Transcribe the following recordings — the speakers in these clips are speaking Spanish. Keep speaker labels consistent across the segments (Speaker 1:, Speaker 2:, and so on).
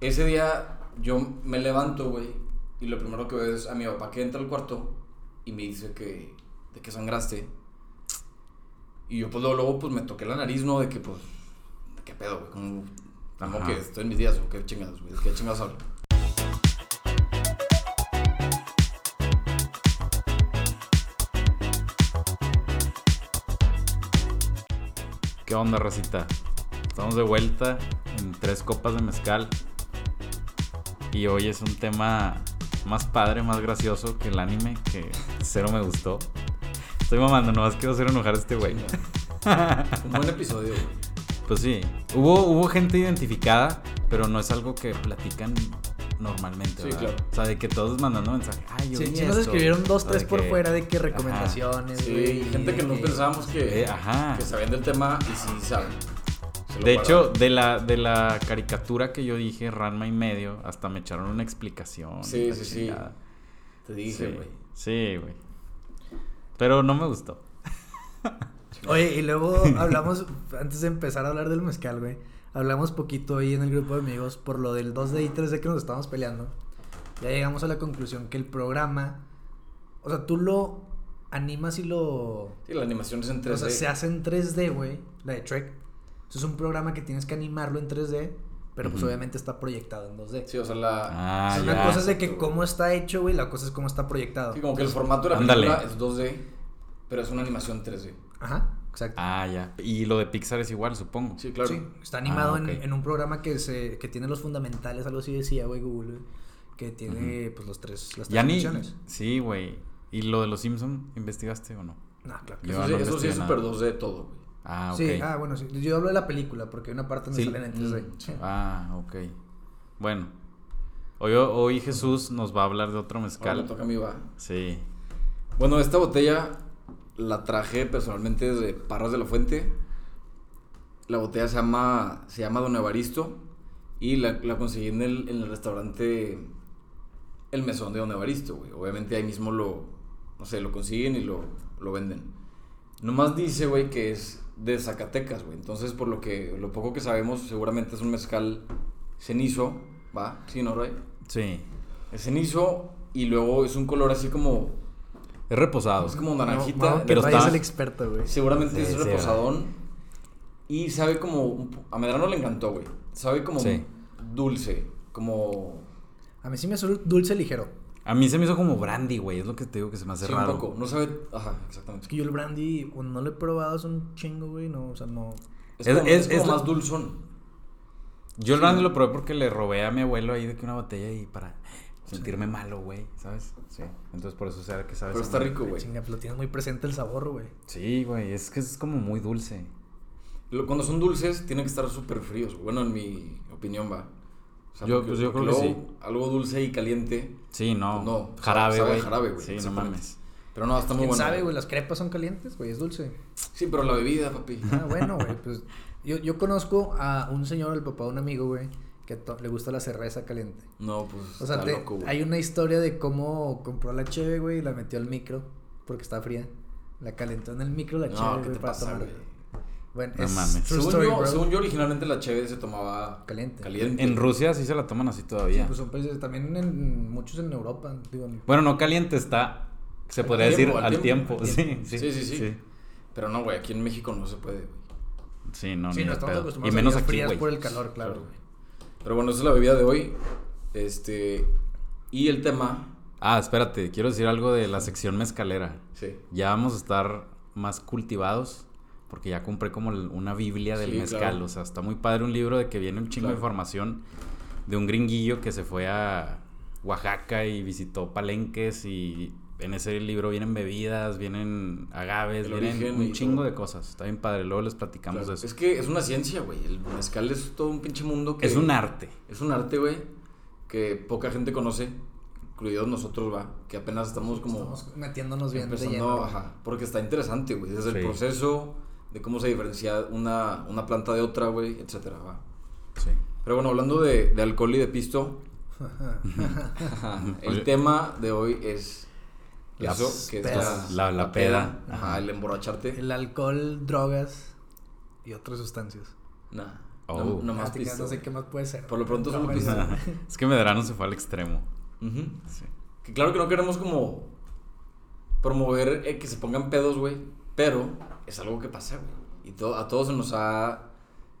Speaker 1: Ese día yo me levanto, güey, y lo primero que veo es a mi papá que entra al cuarto y me dice que, de que sangraste. Y yo, pues luego, luego, pues me toqué la nariz, ¿no? De que, pues, ¿de qué pedo, güey? Como, como
Speaker 2: Ajá.
Speaker 1: que estoy en mis días, o qué chingados, güey, ¿De qué chingados hablo.
Speaker 2: ¿Qué onda, racita? Estamos de vuelta en tres copas de mezcal. Y hoy es un tema más padre, más gracioso que el anime, que cero me gustó. Estoy mamando, nomás quiero hacer enojar a este güey.
Speaker 1: Un buen episodio, güey.
Speaker 2: Pues sí, hubo, hubo gente identificada, pero no es algo que platican normalmente,
Speaker 1: Sí,
Speaker 2: ¿verdad?
Speaker 1: claro.
Speaker 2: O sea, de que todos mandando mensajes. Ay, yo
Speaker 3: Sí,
Speaker 2: vi
Speaker 3: sí nos
Speaker 2: esto",
Speaker 3: escribieron dos,
Speaker 2: o
Speaker 3: tres por
Speaker 2: que-
Speaker 3: fuera de que
Speaker 2: Ajá.
Speaker 3: recomendaciones,
Speaker 1: Sí,
Speaker 3: güey,
Speaker 1: gente que no
Speaker 3: de-
Speaker 1: pensábamos que,
Speaker 2: Eh, ajá.
Speaker 1: que sabían del tema y sí saben. Se lo
Speaker 2: De
Speaker 1: guardan.
Speaker 2: hecho, de la, de la caricatura que yo dije, Ranma y medio, hasta me echaron una explicación.
Speaker 1: Sí,
Speaker 2: y la
Speaker 1: sí, sí.
Speaker 2: chingada.
Speaker 1: te
Speaker 2: Sí,
Speaker 1: dije, güey.
Speaker 2: Sí, güey. Pero no me gustó.
Speaker 3: Oye, y luego hablamos, antes de empezar a hablar del mezcal, güey, hablamos poquito ahí en el grupo de amigos por lo del 2D y 3D que nos estábamos peleando. Ya llegamos a la conclusión que el programa, o sea, tú lo animas y lo...
Speaker 1: Sí, la animación es en 3D.
Speaker 3: O sea, se hace en 3D, güey, la de Trek. Eso es un programa que tienes que animarlo en 3D, pero pues
Speaker 2: Ujú.
Speaker 3: obviamente está proyectado en 2D.
Speaker 1: Sí, o sea, la.
Speaker 2: Ah,
Speaker 3: O sea,
Speaker 2: ya.
Speaker 3: una cosa es de que
Speaker 1: Exacto, güey.
Speaker 3: cómo está hecho, güey, la cosa es cómo está proyectado.
Speaker 1: Sí, como que el formato de la
Speaker 2: Ándale.
Speaker 1: película es 2D, pero es una animación 3D.
Speaker 3: Ajá, exacto.
Speaker 2: Ah, ya. Y lo de Pixar es igual, supongo.
Speaker 1: Sí, claro.
Speaker 3: Sí, está animado
Speaker 2: Ah,
Speaker 3: en-
Speaker 2: ok.
Speaker 3: en, un programa que se que tiene los fundamentales, algo así decía, güey, Google, güey, que tiene pues los tres las tres
Speaker 2: Ya ni.
Speaker 3: dimensiones.
Speaker 2: Sí, güey. ¿Y lo de los Simpson investigaste o no?
Speaker 3: No, claro. que
Speaker 2: Yo
Speaker 1: Eso,
Speaker 2: no
Speaker 1: sí, eso sí
Speaker 2: investigué
Speaker 1: es
Speaker 2: nada.
Speaker 1: super 2D todo, güey.
Speaker 2: Ah, ok.
Speaker 3: Sí, ah, bueno, sí. Yo hablo de la película porque hay una parte donde
Speaker 2: Sí.
Speaker 3: salen en 3D.
Speaker 1: Mm, sí.
Speaker 2: Ah, ok. Bueno. Hoy, hoy Jesús nos va a hablar de otro
Speaker 1: Ahora me
Speaker 2: mezcal.
Speaker 1: toca a mí, va.
Speaker 2: Sí.
Speaker 1: Bueno, esta botella la traje personalmente desde Parras de la Fuente. La botella se llama, se llama Don Evaristo y la, la conseguí en el, en el restaurante El Mesón de Don Evaristo, güey. Obviamente ahí mismo lo, no sé, lo consiguen y lo, lo venden. Nomás dice, güey, que es de Zacatecas, güey. Entonces, por lo que lo poco que sabemos, seguramente es un mezcal cenizo, ¿va? Sí, ¿no, Roy?
Speaker 2: Sí.
Speaker 1: Es cenizo y luego es un color así como
Speaker 2: Es reposado.
Speaker 1: es como
Speaker 3: No,
Speaker 1: naranjita.
Speaker 3: Mau, que
Speaker 2: pero
Speaker 3: Ray es
Speaker 2: está-
Speaker 3: el experto, güey.
Speaker 1: Seguramente
Speaker 2: Sí,
Speaker 1: es
Speaker 2: sí,
Speaker 1: reposadón. Y sabe como. un po- A Medrano le encantó, güey. Sabe como
Speaker 2: Sí.
Speaker 1: dulce. Como.
Speaker 3: A mí sí me suele dulce ligero.
Speaker 2: A mí se me hizo como brandy, güey. Es lo que te digo que se me hace
Speaker 1: Sí, un
Speaker 2: raro.
Speaker 1: poco. No sabe. Ajá,
Speaker 3: Es
Speaker 1: exactamente.
Speaker 3: que yo el brandy bueno, no lo he probado, es un chingo, güey, no, o sea, no.
Speaker 1: Es,
Speaker 2: Es-
Speaker 1: como,
Speaker 2: es-
Speaker 1: es como
Speaker 2: es la-
Speaker 1: más dulzón.
Speaker 2: Yo el brandy lo probé porque le robé a mi abuelo ahí de que una botella y para sentirme malo, güey. ¿Sabes? Sí. Entonces por eso sea que sabes.
Speaker 1: Pero está rico, güey.
Speaker 3: Chinga, lo tienes muy presente el sabor, güey.
Speaker 2: Sí, güey. Es que es como muy dulce.
Speaker 1: Lo- Cuando son dulces, tienen que estar súper fríos. Bueno, en mi opinión, va. O sea,
Speaker 2: Yo-
Speaker 1: porque-
Speaker 2: pues yo
Speaker 1: porque
Speaker 2: creo que
Speaker 1: luego Algo dulce y caliente.
Speaker 2: Sí, no.
Speaker 1: Pues No,
Speaker 2: Jarabe,
Speaker 1: sabe a
Speaker 2: güey.
Speaker 1: jarabe, güey,
Speaker 2: Sí, no
Speaker 1: exactamente.
Speaker 2: mames.
Speaker 1: Pero no, está muy
Speaker 3: ¿Quién
Speaker 1: bueno.
Speaker 3: sabe, güey? Las crepas son calientes, güey, es dulce.
Speaker 1: Sí, pero la bebida, papi.
Speaker 3: Ah, bueno, güey, pues yo, yo conozco a un señor, el papá de un amigo, güey, que to- le gusta la cerveza caliente.
Speaker 1: No, pues.
Speaker 3: O sea,
Speaker 1: está
Speaker 3: te-
Speaker 1: loco, güey.
Speaker 3: hay una historia de cómo compró la cheve, güey, y la metió al micro porque estaba fría. La calentó en el micro la cheve,
Speaker 1: No, ¿qué
Speaker 3: güey,
Speaker 1: te
Speaker 3: para
Speaker 1: pasa,
Speaker 3: tomar.
Speaker 1: güey?
Speaker 3: Bueno,
Speaker 2: No
Speaker 3: es
Speaker 2: mames.
Speaker 3: true
Speaker 1: Según,
Speaker 3: story,
Speaker 1: yo,
Speaker 3: bro.
Speaker 1: según yo, originalmente la cheve se tomaba
Speaker 3: Caliente.
Speaker 1: caliente.
Speaker 2: En Rusia sí se la toman así
Speaker 3: Sí,
Speaker 2: todavía.
Speaker 3: pues son países, también en muchos en Europa, digo, en-
Speaker 2: Bueno, no caliente está. Se
Speaker 1: Al
Speaker 2: podría
Speaker 1: tiempo,
Speaker 2: decir
Speaker 1: al
Speaker 2: al, tiempo.
Speaker 1: tiempo,
Speaker 3: al
Speaker 2: Sí, sí,
Speaker 1: Sí, sí, sí.
Speaker 2: Sí,
Speaker 1: Pero no, güey, aquí en México no se puede, güey.
Speaker 2: Sí, no,
Speaker 3: sí,
Speaker 2: ni
Speaker 3: no
Speaker 2: de
Speaker 3: estamos
Speaker 2: pedo.
Speaker 3: acostumbrados
Speaker 2: Y menos
Speaker 3: a bebidas
Speaker 2: aquí,
Speaker 3: frías
Speaker 2: güey.
Speaker 3: por el calor, claro.
Speaker 1: Claro,
Speaker 3: güey.
Speaker 1: Pero bueno, esa es la bebida de hoy. Este. Y el tema.
Speaker 2: Ah, espérate. Quiero decir algo de la sección mezcalera.
Speaker 1: Sí.
Speaker 2: Ya vamos a estar más cultivados porque ya compré como el- una biblia del
Speaker 1: Sí,
Speaker 2: mezcal.
Speaker 1: claro.
Speaker 2: O sea, está muy padre un libro de que viene un chingo de
Speaker 1: Claro.
Speaker 2: información de un gringuillo que se fue a Oaxaca y visitó palenques y en ese libro vienen bebidas, vienen agaves,
Speaker 1: El
Speaker 2: vienen
Speaker 1: origen y
Speaker 2: un chingo
Speaker 1: todo.
Speaker 2: de cosas. Está bien padre. Luego les platicamos
Speaker 1: Claro.
Speaker 2: de eso.
Speaker 1: Es que es una ciencia, güey. El mezcal es todo un pinche mundo que.
Speaker 2: Es un arte.
Speaker 1: Es un arte, güey. Que poca gente conoce. Incluidos nosotros, va. Que apenas estamos como.
Speaker 3: Estamos metiéndonos bien de
Speaker 1: empezando,
Speaker 3: lleno, güey.
Speaker 1: ajá, Porque está interesante, güey. Desde
Speaker 2: Sí.
Speaker 1: el proceso, de cómo se diferencia una, una planta de otra, güey, etcétera, va.
Speaker 2: Sí.
Speaker 1: Pero bueno, hablando de, de alcohol y de pisto, el
Speaker 2: Oye.
Speaker 1: tema de hoy es
Speaker 2: La
Speaker 1: eso, que es
Speaker 3: peda.
Speaker 2: La- la peda.
Speaker 1: Ajá, el emborracharte.
Speaker 3: El alcohol, drogas y otras sustancias.
Speaker 1: Nah.
Speaker 2: Oh.
Speaker 1: No- no- Nomás
Speaker 3: Ah, te quedas,
Speaker 1: pisto,
Speaker 3: No sé
Speaker 1: güey.
Speaker 3: qué más puede ser.
Speaker 1: Por lo pronto solo
Speaker 3: No,
Speaker 1: pisto.
Speaker 3: güey.
Speaker 2: es que Medrano se fue al extremo.
Speaker 1: Ujú.
Speaker 2: Sí.
Speaker 1: Que claro que no queremos como promover eh, que se pongan pedos, güey. Pero es algo que pasa, güey. Y to- a todos se nos ha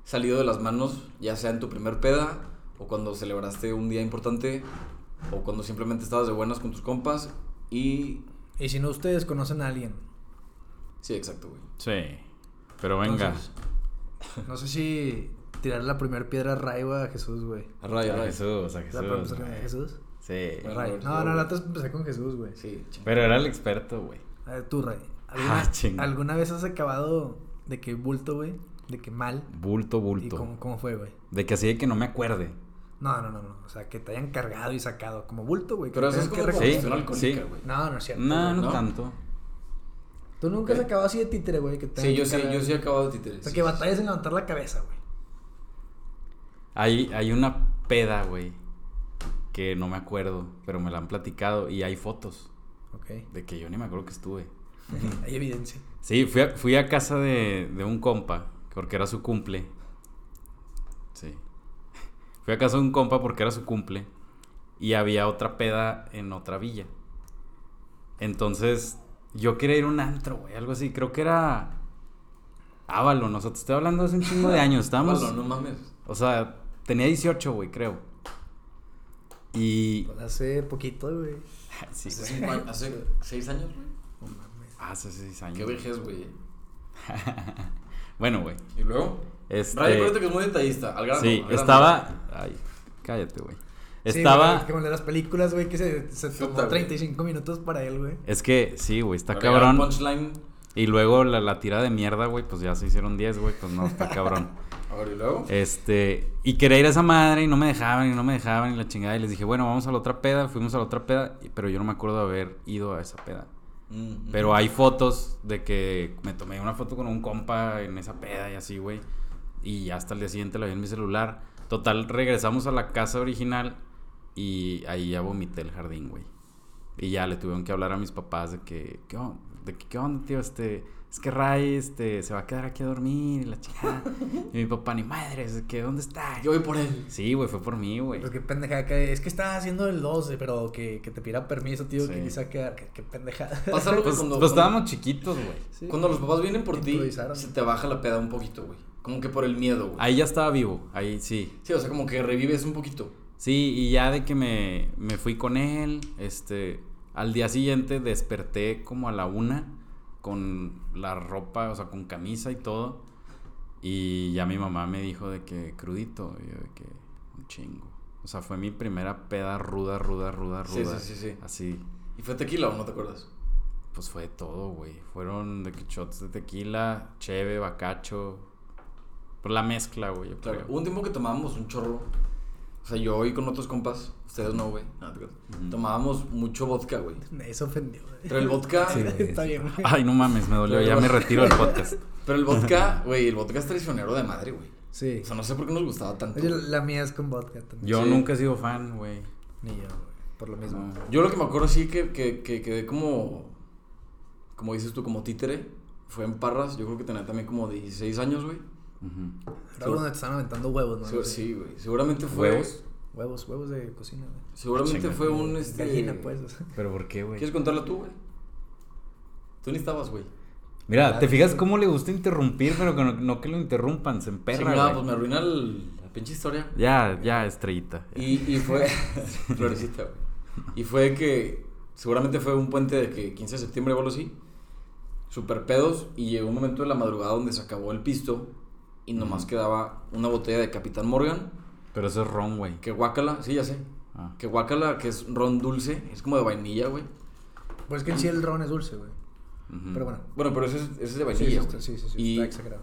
Speaker 1: salido de las manos, ya sea en tu primer peda, o cuando celebraste un día importante, o cuando simplemente estabas de buenas con tus compas. Y...
Speaker 3: Y si no, ustedes conocen a alguien.
Speaker 1: Sí, exacto, güey.
Speaker 2: Sí. Pero venga.
Speaker 3: Entonces, no sé si tirar la primera piedra a Ray o a Jesús, güey.
Speaker 1: A rayo, a
Speaker 2: a
Speaker 1: rayo.
Speaker 2: Jesús, a
Speaker 3: ¿La podemos
Speaker 2: Jesús.
Speaker 3: hacer con
Speaker 2: güey.
Speaker 3: Jesús?
Speaker 2: Sí.
Speaker 1: Bueno.
Speaker 3: Ray.
Speaker 1: Roberto,
Speaker 3: No, no,
Speaker 1: güey.
Speaker 3: la otra empecé con Jesús, güey.
Speaker 1: Sí, ching-
Speaker 2: Pero era el experto, güey.
Speaker 3: A ver, tú, Ray. ¿Alguna,
Speaker 2: Ah, chinga.
Speaker 3: ¿Alguna vez has acabado de que bulto, güey? De que mal.
Speaker 2: Bulto,
Speaker 3: ¿Y
Speaker 2: bulto.
Speaker 3: cómo, cómo fue, güey?
Speaker 2: De que así de que no me acuerde.
Speaker 3: No, no, no, no. O sea, que te hayan cargado y sacado como bulto, güey. que
Speaker 1: Pero eso es
Speaker 3: tengan
Speaker 1: como
Speaker 3: que
Speaker 2: Sí,
Speaker 1: congestión
Speaker 3: recoger.
Speaker 1: alcohólica,
Speaker 2: sí.
Speaker 1: güey.
Speaker 3: No, no es cierto.
Speaker 2: No,
Speaker 3: güey.
Speaker 2: no,
Speaker 1: ¿no?
Speaker 2: tanto.
Speaker 3: Tú nunca has
Speaker 1: Ok.
Speaker 3: acabado así de títere, güey. Que te
Speaker 1: Sí,
Speaker 3: hayan
Speaker 1: yo sí,
Speaker 3: cargado.
Speaker 1: yo sí he acabado de títeres.
Speaker 3: O sea,
Speaker 1: sí,
Speaker 3: que
Speaker 1: sí, sí.
Speaker 3: batallas en levantar la cabeza, güey.
Speaker 2: Hay, hay una peda, güey. Que no me acuerdo, pero me la han platicado y hay fotos
Speaker 3: Ok.
Speaker 2: de que yo ni me acuerdo que estuve.
Speaker 3: Hay evidencia.
Speaker 2: Sí, fui a, fui a casa de, de un compa, porque era su cumple. Sí. Fui a casa de un compa porque era su cumple. Y había otra peda en otra villa. Entonces, yo quería ir a un antro, güey, algo así. Creo que era. Ávalo, nosotros. Te estoy hablando hace un chingo de años. Estábamos.
Speaker 1: Pablo, no mames.
Speaker 2: O sea, tenía 18, güey, creo. Y.
Speaker 3: Pues hace poquito, güey.
Speaker 2: Sí,
Speaker 1: Hace,
Speaker 2: güey.
Speaker 1: cinco años- hace seis años, güey.
Speaker 3: No mames.
Speaker 2: Hace seis
Speaker 1: Qué
Speaker 2: años.
Speaker 1: vejez, güey. eh.
Speaker 2: Bueno, güey.
Speaker 1: Y luego...
Speaker 2: Este...
Speaker 1: Rayo, acuérdate que es muy detallista. Al grano.
Speaker 2: Sí,
Speaker 1: al grano.
Speaker 2: estaba. Ay, cállate, güey.
Speaker 3: Sí,
Speaker 2: Estaba.
Speaker 3: güey, como el de las películas, güey, que se, se
Speaker 1: Puta,
Speaker 3: tomó
Speaker 1: güey.
Speaker 3: 35 minutos para él, güey.
Speaker 2: Es que sí, güey, está
Speaker 1: Pero era
Speaker 2: cabrón.
Speaker 1: Punchline.
Speaker 2: Y luego la, la tira de mierda, güey, pues ya se hicieron 10, güey, pues no, está cabrón.
Speaker 1: A ver, y luego.
Speaker 2: Este, y quería ir a esa madre y no me dejaban y no me dejaban y la chingada. Y les dije, bueno, vamos a la otra peda, fuimos a la otra peda, y- pero yo no me acuerdo de haber ido a esa peda.
Speaker 1: Mm, mm.
Speaker 2: Pero hay fotos de que me tomé una foto con un compa en esa peda y así, güey. Y ya hasta el día siguiente la vi en mi celular. Total, regresamos a la casa original y ahí ya vomité el jardín, güey. Y ya le tuvieron que hablar a mis papás de que, ¿qué onda? De que, ¿qué onda, tío? Este, es que Ray, este, se va a quedar aquí a dormir y la chingada. y mi papá, ni madres, de que, ¿dónde está?
Speaker 1: Yo voy por él.
Speaker 2: Sí, güey, fue por mí, güey.
Speaker 3: Pues qué pendejada que es que estaba haciendo el 12, pero que, que te pidiera permiso, tío,
Speaker 2: Sí.
Speaker 3: que quizá quedar. Qué, qué pendejada.
Speaker 1: Pasa algo que
Speaker 2: Pues,
Speaker 1: cuando, cuando-
Speaker 2: pues estábamos chiquitos, güey.
Speaker 3: Sí.
Speaker 1: cuando los papás vienen por ti,
Speaker 3: Improvisaron.
Speaker 1: se te baja la peda un poquito, güey. Como que por el miedo, güey.
Speaker 2: Ahí ya estaba vivo, ahí sí.
Speaker 1: Sí, o sea, como que revives un poquito.
Speaker 2: Sí, y ya de que me, me fui con él, este, al día siguiente desperté como a la una con la ropa, o sea, con camisa y todo. Y ya mi mamá me dijo de que crudito, y yo de que un chingo. O sea, fue mi primera peda ruda, ruda, ruda,
Speaker 1: Sí,
Speaker 2: ruda.
Speaker 1: sí, sí, sí.
Speaker 2: Así,
Speaker 1: ¿Y fue tequila o no te acuerdas?
Speaker 2: pues fue de todo, güey. Fueron de que shots de tequila, cheve, bacacho. Por la mezcla, güey. yo
Speaker 1: Claro.
Speaker 2: creo.
Speaker 1: Hubo un tiempo que tomábamos un chorro. O sea, yo hoy con otros compas, ustedes no, güey. No, te creas.
Speaker 2: Ujú.
Speaker 1: Tomábamos mucho vodka, güey.
Speaker 3: Eso ofendió, güey.
Speaker 1: Pero el vodka,
Speaker 2: Sí, güey.
Speaker 3: Está bien, güey.
Speaker 2: Ay, no mames, me dolió. Ya me retiro del podcast.
Speaker 1: pero el vodka, güey, el vodka es traicionero de madre, güey.
Speaker 3: Sí.
Speaker 1: O sea, no sé por qué nos gustaba tanto.
Speaker 3: Oye, la mía es con vodka también.
Speaker 2: Yo
Speaker 1: Sí.
Speaker 2: nunca he sido fan, güey.
Speaker 3: Ni yo, güey. Por lo mismo.
Speaker 2: No.
Speaker 1: Yo lo que me acuerdo sí que, que, que quedé como, como dices tú, como títere. Fue en Parras, yo creo que tenía también como 16 años, güey.
Speaker 2: Ujú.
Speaker 3: Era algo donde te están aventando huevos, ¿no?
Speaker 1: Segu- sí, güey. Seguramente fue...
Speaker 2: ¿Huevos?
Speaker 3: Huevos, huevos de cocina, güey.
Speaker 1: Seguramente
Speaker 2: Chinga.
Speaker 1: fue un... Este...
Speaker 3: Gallina, pues. o sea.
Speaker 2: ¿Pero por qué,
Speaker 1: ¿Quieres
Speaker 2: güey?
Speaker 1: contarlo tú, güey? Tú ni estabas, güey.
Speaker 2: Mira, ¿te fijas cómo le gusta interrumpir, pero que no, no que lo interrumpan? Se
Speaker 1: Chingada,
Speaker 2: emperra,
Speaker 1: pues
Speaker 2: güey.
Speaker 1: me arruina el- la pinche historia.
Speaker 2: Ya, ya, estrellita.
Speaker 1: Y, y fue... Florecita, güey. Y fue que... Seguramente fue un puente de que 15 de septiembre o algo así. Super pedos. Y llegó un momento de la madrugada donde se acabó el pisto. Y nomás quedaba una botella de Capitán Morgan.
Speaker 2: Pero eso es ron, güey.
Speaker 1: Que guácala, sí, ya sé.
Speaker 2: Ah.
Speaker 1: Que guácala, que es ron dulce, es como de vainilla, güey.
Speaker 3: Pues es que en sí el ron es dulce, güey.
Speaker 2: Ujú.
Speaker 3: Pero bueno.
Speaker 1: Bueno, pero ese es, ese es de
Speaker 3: Sí, sí,
Speaker 1: Mm. vainilla,
Speaker 3: está-
Speaker 1: güey.
Speaker 3: sí, sí, sí,
Speaker 1: y,
Speaker 3: está exagerado.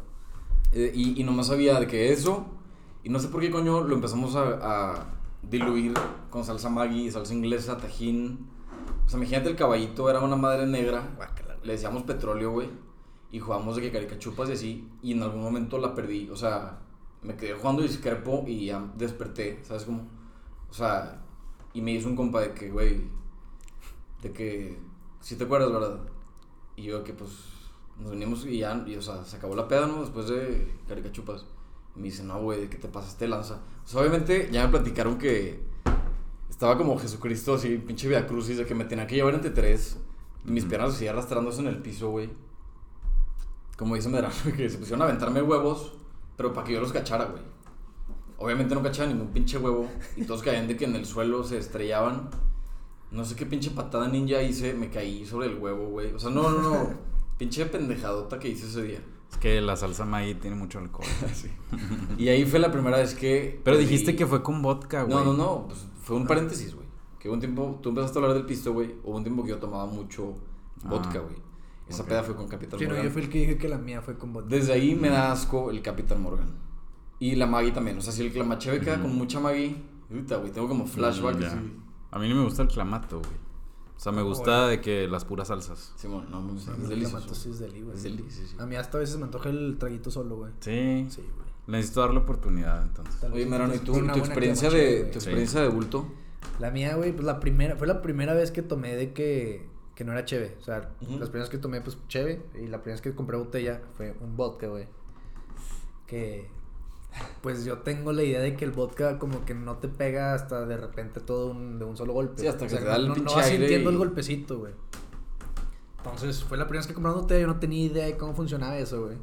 Speaker 1: eh, y, y nomás sabía de que eso, y no sé por qué coño lo empezamos a, a diluir con salsa Maggi, salsa inglesa, tajín. O sea, imagínate el caballito, era una madre negra.
Speaker 3: Guácala,
Speaker 1: Le decíamos petróleo, güey. Y jugamos de que caricachupas y así. Y en algún momento la perdí. O sea, me quedé jugando y discrepo y ya desperté. ¿Sabes cómo? O sea, y me hizo un compa de que, güey, de que, si te acuerdas, ¿verdad? Y yo de que, pues, nos unimos y ya, y, o sea, se acabó la peda, ¿no? Después de caricachupas. Me dice, no, güey, ¿de qué te pasaste lanza? O sea, obviamente ya me platicaron que estaba como Jesucristo, así, pinche Via Crucis, de que me tenía que llevar entre tres. Mis piernas así arrastrándose en el piso, güey. Como dice Medrano, que se pusieron a aventarme huevos, pero para que yo los cachara, güey. Obviamente no cachaba ningún pinche huevo. Y todos caían de que en el suelo se estrellaban. No sé qué pinche patada ninja hice, me caí sobre el huevo, güey. O sea, no, no, no. pinche pendejadota que hice ese día.
Speaker 2: Es que la salsa maíz tiene mucho alcohol.
Speaker 1: Sí. Y ahí fue la primera vez que.
Speaker 2: Pero
Speaker 1: pedí-
Speaker 2: dijiste que fue con vodka, güey. Ah.
Speaker 1: No, no, no. pues, fue un paréntesis, güey. Que hubo un tiempo. Tú empezaste a hablar del pisto, güey. Hubo un tiempo que yo tomaba mucho vodka,
Speaker 2: Ah,
Speaker 1: güey. Esa
Speaker 2: ok.
Speaker 1: peda fue con Capitán
Speaker 3: Sí, no,
Speaker 1: Morgan.
Speaker 3: yo fui el que dije que la mía fue con vodka.
Speaker 1: Desde ahí me da asco el Capitán Morgan. Y la Maggie también. O sea, si el Clamacheve queda con mucha Maggie. Ahorita, güey. Tengo como flashbacks.
Speaker 2: Mm, ya.
Speaker 1: así.
Speaker 2: A mí no me gusta el clamato, güey. O sea, me gusta de que las puras salsas.
Speaker 1: Simón, no, no, sé,
Speaker 3: No,
Speaker 1: es
Speaker 3: no,
Speaker 1: delicioso.
Speaker 3: Clamato sí es deli, güey.
Speaker 1: Es deli, sí, sí.
Speaker 3: A mí hasta a veces me antoja el traguito solo, güey.
Speaker 2: Sí.
Speaker 3: Sí, güey.
Speaker 2: Necesito darle oportunidad, entonces.
Speaker 3: Tal
Speaker 1: Oye,
Speaker 3: vez
Speaker 1: Merano, ¿y
Speaker 3: entonces
Speaker 1: tú,
Speaker 3: fue una
Speaker 1: tu
Speaker 3: buena
Speaker 1: experiencia,
Speaker 3: clamache,
Speaker 1: de,
Speaker 3: güey.
Speaker 1: tu
Speaker 2: Sí.
Speaker 1: experiencia de bulto?
Speaker 3: La mía, güey, pues la primera, fue la primera vez que tomé de que, que no era cheve. O sea,
Speaker 1: Ujú.
Speaker 3: las primeras que tomé, pues cheve. Y la primera vez que compré botella fue un vodka, güey. Que, pues yo tengo la idea de que el vodka como que no te pega hasta de repente todo un- de un solo golpe.
Speaker 1: Sí, hasta que te da
Speaker 3: no-
Speaker 1: el
Speaker 3: no,
Speaker 1: pinche
Speaker 3: no vas
Speaker 1: aire
Speaker 3: sintiendo
Speaker 1: y-
Speaker 3: el golpecito, güey. Entonces, fue la primera vez que compré una botella. Yo no tenía idea de cómo funcionaba eso, güey.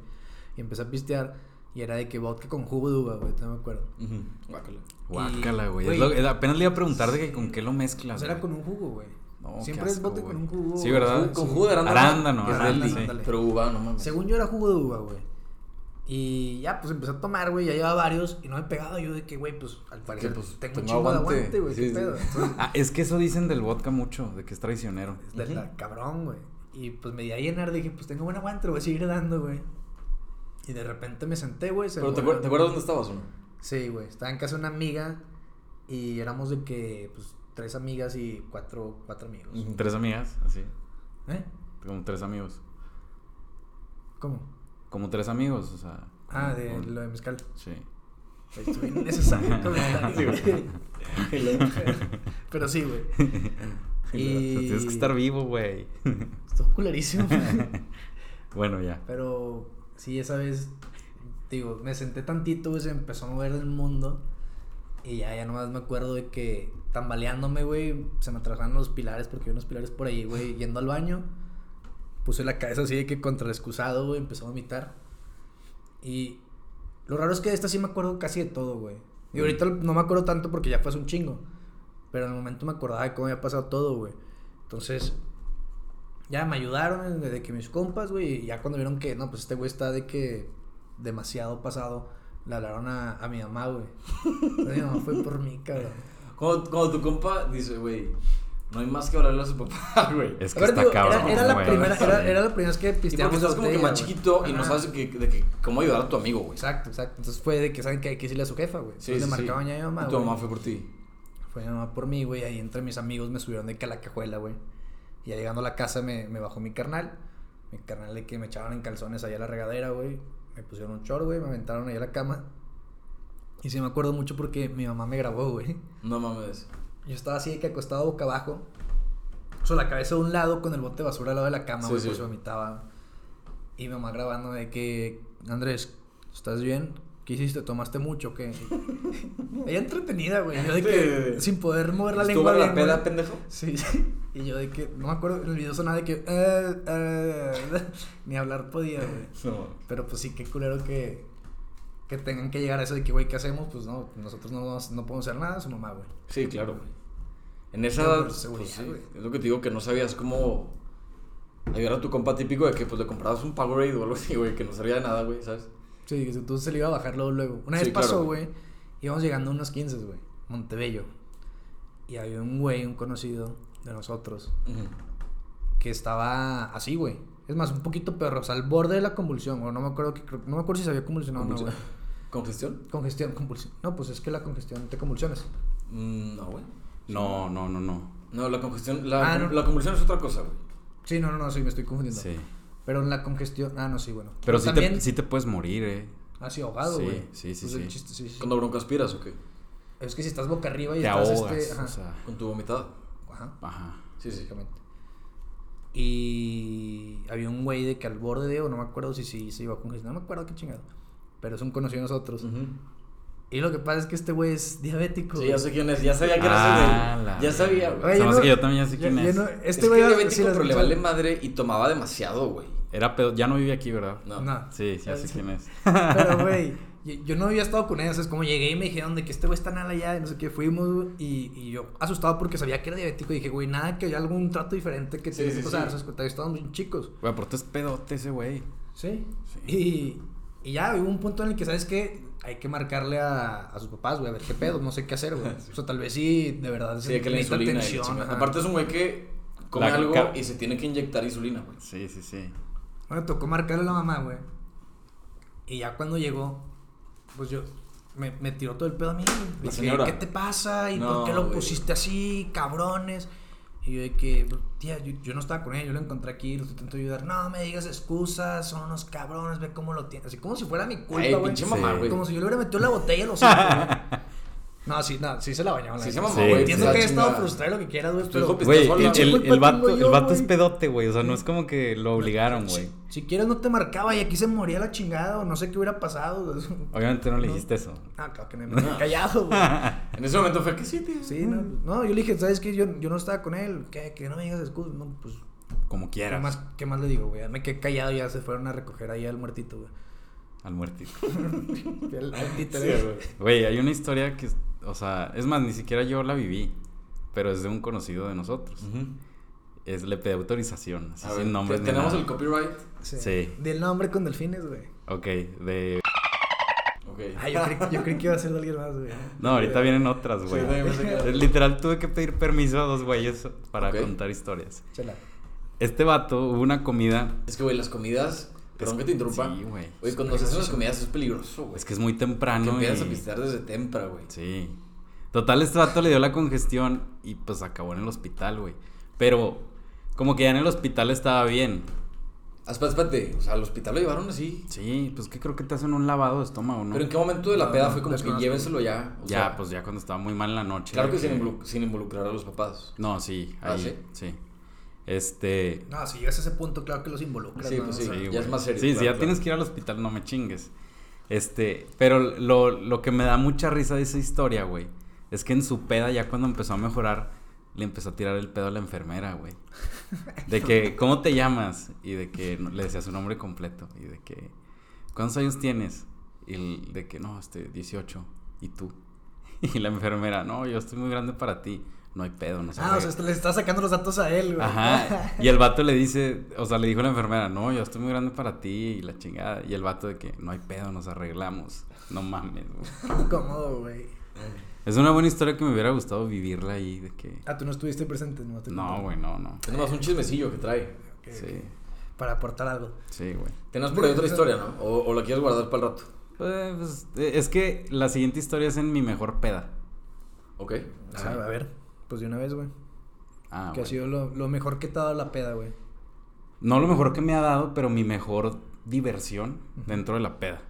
Speaker 3: Y empecé a pistear. Y era de que vodka con jugo de uva, güey. No me acuerdo.
Speaker 1: Ujú, guácala.
Speaker 2: Guácala, güey. Es
Speaker 3: güey.
Speaker 2: lo- eh, apenas le iba a preguntar de que con qué lo mezclas.
Speaker 3: Pues era
Speaker 2: güey.
Speaker 3: con un jugo, güey.
Speaker 2: No, qué
Speaker 3: Siempre es
Speaker 2: asco,
Speaker 3: bote
Speaker 2: güey.
Speaker 3: con un jugo.
Speaker 2: Sí, ¿verdad?
Speaker 1: Con jugo de arándano.
Speaker 2: Arándano,
Speaker 1: es
Speaker 2: arándano,
Speaker 1: deli,
Speaker 2: sí.
Speaker 3: ándale.
Speaker 1: Pero uva, no mames.
Speaker 3: Según yo era jugo de uva, güey. Y ya, pues empecé a tomar, güey. Ya llevaba varios y no me pegaba. Yo de que, güey, pues al parecer
Speaker 1: pues,
Speaker 3: tengo
Speaker 1: tengo
Speaker 3: un chingo de
Speaker 1: aguante.
Speaker 3: aguante, güey.
Speaker 1: Sí,
Speaker 3: qué
Speaker 1: sí.
Speaker 3: pedo. Entonces,
Speaker 2: Ah, es que eso dicen del vodka mucho, de que es traicionero.
Speaker 3: es de la
Speaker 1: Ujú.
Speaker 3: cabrón, güey. Y pues me di a llenar. Dije, pues tengo buen aguante, lo voy a seguir dando, güey. Y de repente me senté, güey. se
Speaker 1: Pero te,
Speaker 3: volvió-
Speaker 1: acuer- ¿te acuerdas dónde estabas, o no?
Speaker 3: Sí, güey. Estaba en casa de una amiga y éramos de que, pues, tres amigas y cuatro, cuatro amigos.
Speaker 1: Ujú.
Speaker 2: Tres amigas, así.
Speaker 3: ¿Eh?
Speaker 2: Como tres amigos.
Speaker 3: ¿Cómo?
Speaker 2: Como tres amigos, o sea.
Speaker 3: Ah,
Speaker 2: como-
Speaker 3: de
Speaker 2: como-
Speaker 3: lo de mezcal.
Speaker 2: Sí.
Speaker 3: Estuvo innecesario el comentario, güey. Pero sí, güey.
Speaker 2: O sea, Tienes que estar vivo, güey.
Speaker 3: Estuvo culerísimo.
Speaker 2: bueno, ya.
Speaker 3: Pero sí, esa vez, digo, me senté tantito, güey, se empezó a mover el mundo. Y ya, ya nomás me acuerdo de que tambaleándome, güey, se me atrasaron los pilares porque había unos pilares por ahí, güey, yendo al baño. Puse la cabeza así de que contra el excusado, güey, empezó a vomitar. Y lo raro es que de esta sí me acuerdo casi de todo, güey. Y ahorita no me acuerdo tanto porque ya fue hace un chingo. Pero en el momento me acordaba de cómo había pasado todo, güey. Entonces, ya me ayudaron desde que mis compas, güey. y Ya cuando vieron que, no, pues este güey está de que demasiado pasado, le hablaron a, a mi mamá, güey. Entonces, mi mamá fue por mí, cabrón.
Speaker 1: Cuando, cuando tu compa dice, güey, no hay más que hablarle a su papá, güey.
Speaker 2: Es
Speaker 3: A
Speaker 2: que
Speaker 3: ver,
Speaker 2: está
Speaker 3: digo, era-
Speaker 2: cabrón.
Speaker 3: era, la
Speaker 2: güey.
Speaker 3: primera, era,
Speaker 2: Sí.
Speaker 3: era la primera vez que
Speaker 1: Y porque
Speaker 3: pisteamos
Speaker 1: estás como que
Speaker 3: botella,
Speaker 1: más
Speaker 3: güey.
Speaker 1: chiquito y no
Speaker 3: Ajá.
Speaker 1: sabes que, de que cómo ayudar a tu amigo, güey.
Speaker 3: Exacto, exacto. Entonces fue de que saben que hay que decirle a su jefa, güey.
Speaker 1: Sí,
Speaker 3: Entonces
Speaker 1: sí,
Speaker 3: le
Speaker 1: sí.
Speaker 3: marcaban ya a mi mamá.
Speaker 1: Y tu
Speaker 3: güey.
Speaker 1: mamá fue por ti.
Speaker 3: Fue mi mamá por mí, güey. Ahí entre mis amigos me subieron de que a la cajuela, güey. Y ya llegando a la casa me, me bajó mi carnal. Mi carnal de que me echaban en calzones allá a la regadera, güey. Me pusieron un chor, güey. Me aventaron allá a la cama. Y sí me acuerdo mucho porque mi mamá me grabó, güey.
Speaker 1: No mames.
Speaker 3: Yo estaba así de que acostado boca abajo. O sea, la cabeza de un lado con el bote de basura al lado de la cama,
Speaker 1: Sí,
Speaker 3: güey,
Speaker 1: sí.
Speaker 3: pues vomitaba. Y mi mamá grabando de que, Andrés, ¿estás bien? ¿Qué hiciste? ¿Tomaste mucho o qué? Ella entretenida, güey. Yo de
Speaker 1: Sí, sí,
Speaker 3: que,
Speaker 1: sí.
Speaker 3: sin poder mover la
Speaker 1: ¿Estuvo
Speaker 3: lengua
Speaker 1: en la
Speaker 3: bien,
Speaker 1: peda,
Speaker 3: güey.
Speaker 1: pendejo?
Speaker 3: Sí, sí. Y yo de que, no me acuerdo, en el video sonaba de que, "Eh, eh", ni hablar podía, güey.
Speaker 1: No.
Speaker 3: Pero pues sí, qué culero que, que tengan que llegar a eso de que, güey, ¿qué hacemos? Pues no, nosotros no, no podemos hacer nada, su mamá, güey.
Speaker 1: Sí, claro, güey. En esa
Speaker 3: Pero
Speaker 1: edad,
Speaker 3: por seguridad,
Speaker 1: pues, sí,
Speaker 3: güey.
Speaker 1: es lo que te digo, que no sabías cómo ayudar a tu compa típico de que pues le comprabas un Powerade o algo así, güey, que no servía de nada, güey, ¿sabes?
Speaker 3: Sí, entonces se le iba a bajar luego. luego. Una
Speaker 1: Sí,
Speaker 3: vez pasó,
Speaker 1: claro.
Speaker 3: güey, íbamos llegando a unos 15, güey, Montebello. Y había un güey, un conocido de nosotros,
Speaker 1: Ujú.
Speaker 3: que estaba así, güey. Es más, un poquito perro, o sea, al borde de la convulsión, güey. No me acuerdo, que, no me acuerdo si se había convulsionado o no,
Speaker 1: Convulsión.
Speaker 3: güey.
Speaker 1: ¿Congestión?
Speaker 3: Congestión, convulsión. No, pues es que la congestión te convulsiones.
Speaker 1: Mm, no, güey.
Speaker 2: No, no, no, no.
Speaker 1: No, la congestión, la,
Speaker 3: Ah, no.
Speaker 1: la convulsión es otra cosa, güey.
Speaker 3: Sí, no, no, no, sí, me estoy confundiendo.
Speaker 2: Sí.
Speaker 3: Pero en la congestión. Ah, no, sí, bueno.
Speaker 2: Pero sí
Speaker 3: también.
Speaker 2: te, sí te puedes morir, eh.
Speaker 3: Así ahogado,
Speaker 2: Sí,
Speaker 3: güey.
Speaker 2: sí, sí,
Speaker 3: Pues el
Speaker 2: sí.
Speaker 3: chiste, sí, sí.
Speaker 1: Cuando broncoaspiras, ¿o qué?
Speaker 3: Es que si estás boca arriba y
Speaker 2: Te
Speaker 3: estás
Speaker 2: ahogas.
Speaker 3: este. Ajá.
Speaker 2: O sea,
Speaker 1: Con tu vomitada.
Speaker 3: ajá.
Speaker 2: ajá.
Speaker 1: Sí, sí.
Speaker 3: básicamente. Y había un güey de que al borde de, o no me acuerdo si, si se iba a congestionar, no me acuerdo qué chingado. pero es un conocido de nosotros.
Speaker 1: Ujú.
Speaker 3: Y lo que pasa es que este güey es diabético.
Speaker 1: Sí,
Speaker 3: güey.
Speaker 1: ya sé quién es. Ya sabía que
Speaker 2: Ah,
Speaker 1: era ese
Speaker 2: la
Speaker 1: güey. Ya sabía,
Speaker 2: verga.
Speaker 1: güey.
Speaker 3: Güey,
Speaker 2: Se
Speaker 3: yo
Speaker 2: me hace
Speaker 3: no-
Speaker 2: que yo también ya sé
Speaker 3: yo-
Speaker 2: quién
Speaker 3: yo
Speaker 2: es.
Speaker 3: no-
Speaker 1: Este
Speaker 3: este
Speaker 1: es
Speaker 3: güey
Speaker 1: que
Speaker 3: era-
Speaker 1: era diabético,
Speaker 3: sí, las-
Speaker 1: pero le vale madre y tomaba demasiado, güey.
Speaker 2: Era pedo. Ya no vive aquí, ¿verdad?
Speaker 1: No.
Speaker 3: No.
Speaker 2: Sí, ya sé
Speaker 3: Sí.
Speaker 2: quién es.
Speaker 3: Pero, güey, yo, yo no había estado con ellos. Es como llegué y me dijeron de que este güey está nada allá. Y no sé qué, fuimos. güey, Y, y yo asustado porque sabía que era diabético. Y dije, güey, nada, que haya algún trato diferente que
Speaker 1: Sí,
Speaker 3: te
Speaker 1: sí,
Speaker 3: sí, pasar.
Speaker 1: sí.
Speaker 3: ¿sabes? Porque Estábamos bien chicos.
Speaker 2: Güey, aparte es pedote ese güey.
Speaker 3: Sí.
Speaker 2: Sí.
Speaker 3: Y, y ya hubo un punto en el que, ¿sabes qué? Hay que marcarle a, a sus papás, güey, a ver qué pedo, no sé qué hacer, güey. O sea, tal vez sí, de verdad,
Speaker 1: Sí, de que la
Speaker 3: necesita
Speaker 1: insulina. y la
Speaker 3: atención,
Speaker 1: chingada.
Speaker 3: ajá.
Speaker 1: Aparte es un güey que come
Speaker 2: La
Speaker 1: algo
Speaker 2: ca-
Speaker 1: y se tiene que inyectar insulina, güey.
Speaker 2: Sí, sí, sí.
Speaker 3: Bueno, tocó marcarle a la mamá, güey. Y ya cuando llegó, pues yo. Me, me tiró todo el pedo a mí. güey.
Speaker 1: La
Speaker 3: Dije,
Speaker 1: señora.
Speaker 3: ¿Qué te pasa? ¿Y
Speaker 1: No,
Speaker 3: por qué lo
Speaker 1: güey.
Speaker 3: pusiste así, cabrones? Y yo de que, "Pues, tía, yo, yo no estaba con ella, yo lo encontré aquí, lo intento ayudar. No me digas excusas, son unos cabrones, ve cómo lo tienes. Así como si fuera mi culpa,
Speaker 1: Ay,
Speaker 3: güey.
Speaker 1: pinche
Speaker 2: Sí.
Speaker 1: mamá, güey.
Speaker 3: Como si yo le hubiera metido la botella a los hijos, güey. No, sí, no, sí se la bañaron. la
Speaker 1: Sí se
Speaker 3: neta.
Speaker 1: mamó,
Speaker 2: Sí. güey,
Speaker 3: Entiendo
Speaker 2: sí.
Speaker 3: que he estado
Speaker 1: Chingada.
Speaker 3: frustrado y lo que quieras, güey,
Speaker 1: Tu
Speaker 3: pero...
Speaker 1: hijo Pues
Speaker 2: Güey,
Speaker 1: está sola,
Speaker 2: el,
Speaker 1: güey.
Speaker 2: el-
Speaker 3: Culpa
Speaker 2: el vato,
Speaker 3: tengo yo,
Speaker 2: el vato es
Speaker 3: güey.
Speaker 2: pedote, güey. O sea, no es como que lo obligaron, güey.
Speaker 3: Si, si quieres no te marcaba y aquí se moría la chingada o no sé qué hubiera pasado.
Speaker 2: Obviamente no le dijiste eso.
Speaker 3: Ah, claro que no, me quedé callado, güey.
Speaker 1: En ese momento fue que sí, tío.
Speaker 3: Sí, no, pues, no, yo le dije, ¿sabes qué? Yo, yo no estaba con él, que, que no me digas excusas, no, pues,
Speaker 2: Como
Speaker 3: ¿qué
Speaker 2: quieras.
Speaker 3: más, ¿qué más le digo, güey? Ya Me quedé callado, ya se fueron a recoger ahí al muertito, güey.
Speaker 2: Al muertito.
Speaker 3: Fui al- al
Speaker 1: Sí,
Speaker 3: títere.
Speaker 1: güey.
Speaker 2: Güey, hay una historia que, es- o sea, es más, ni siquiera yo la viví, pero es de un conocido de nosotros. Es, le pedí autorización, así
Speaker 1: A
Speaker 2: sin
Speaker 1: ver,
Speaker 2: nombres ni
Speaker 1: tenemos
Speaker 2: nada.
Speaker 1: el copyright.
Speaker 3: Sí.
Speaker 2: Sí.
Speaker 3: Del nombre con delfines, güey.
Speaker 2: Ok, de...
Speaker 1: Ok.
Speaker 3: Ah, yo creí, yo creí que iba a ser de alguien más, güey.
Speaker 2: No, ahorita vienen otras,
Speaker 1: Sí,
Speaker 2: güey.
Speaker 1: también pensé que era-
Speaker 2: Es Literal, tuve que pedir permiso a dos güeyes para
Speaker 1: Ok.
Speaker 2: contar historias.
Speaker 3: Chela.
Speaker 2: Este vato, hubo una comida...
Speaker 1: Es que, güey, las comidas. Perdón que te interrumpa.
Speaker 2: Sí, güey.
Speaker 1: Güey, cuando se hacen las comidas es peligroso, güey.
Speaker 2: Es que es muy
Speaker 1: Que
Speaker 2: temprano
Speaker 1: empiezas a
Speaker 2: y...
Speaker 1: pistear desde temprano, güey.
Speaker 2: Sí. Total, este vato le dio la congestión y pues acabó en el hospital, güey. Pero como que ya en el hospital estaba bien.
Speaker 1: Ah, Espérate, espérate. O sea, al hospital lo llevaron así.
Speaker 2: Sí, pues que creo que te hacen un lavado de estómago, ¿no?
Speaker 1: Pero en qué momento de la
Speaker 3: No,
Speaker 1: peda
Speaker 3: no,
Speaker 1: fue como que
Speaker 3: desconozco.
Speaker 1: llévenselo ya. O
Speaker 2: ya,
Speaker 1: sea,
Speaker 2: pues ya cuando estaba muy mal en la noche.
Speaker 1: Claro
Speaker 2: de
Speaker 1: que sin, involu- sin involucrar a los papás.
Speaker 2: No, sí,
Speaker 1: Ah,
Speaker 2: ahí,
Speaker 1: ¿sí?
Speaker 2: ¿sí? Este...
Speaker 3: No, si llegas a ese punto, claro que los involucras,
Speaker 1: Sí,
Speaker 3: ¿no?
Speaker 1: pues
Speaker 3: O sea,
Speaker 1: ya
Speaker 2: güey.
Speaker 1: es más serio,
Speaker 2: Sí, si
Speaker 1: claro,
Speaker 2: ya
Speaker 1: claro.
Speaker 2: tienes que ir al hospital, no me chingues. Este, pero lo, lo que me da mucha risa de esa historia, güey, es que en su peda, ya cuando empezó a mejorar, le empezó a tirar el pedo a la enfermera, güey. De que, ¿cómo te llamas? Y de que no- le decía su nombre completo. Y de que, ¿cuántos años tienes? Y el- de que, no, este, 18. ¿Y tú? Y la enfermera, no, yo estoy muy grande para ti. No hay pedo, no se
Speaker 3: Ah, o
Speaker 2: juega".
Speaker 3: sea, este- le estás sacando los datos a él, güey.
Speaker 2: Ajá. Y el vato le dice, o sea, le dijo la enfermera, no, yo estoy muy grande para ti y la chingada. Y el vato de que no hay pedo, nos arreglamos. No mames, güey.
Speaker 3: Cómodo, güey.
Speaker 2: Es una buena historia que me hubiera gustado vivirla ahí, de que...
Speaker 3: Ah, tú no estuviste presente, no te
Speaker 2: No,
Speaker 3: contaron.
Speaker 2: güey, no, no.
Speaker 1: Es nomás un chismecillo que trae.
Speaker 3: Ok,
Speaker 2: Sí,
Speaker 3: ok. Para aportar algo.
Speaker 2: sí, güey.
Speaker 1: Tenemos por ahí otra historia, ¿no? O, o la quieres guardar para el rato.
Speaker 2: Eh, pues, eh, es que la siguiente historia es en mi mejor peda.
Speaker 1: Ok.
Speaker 3: Ah, a ver, pues de una vez, güey.
Speaker 2: Ah,
Speaker 3: que ha
Speaker 2: bueno.
Speaker 3: sido lo, lo mejor que te ha dado la peda, güey.
Speaker 2: No lo mejor que me ha dado, pero mi mejor diversión dentro de la peda.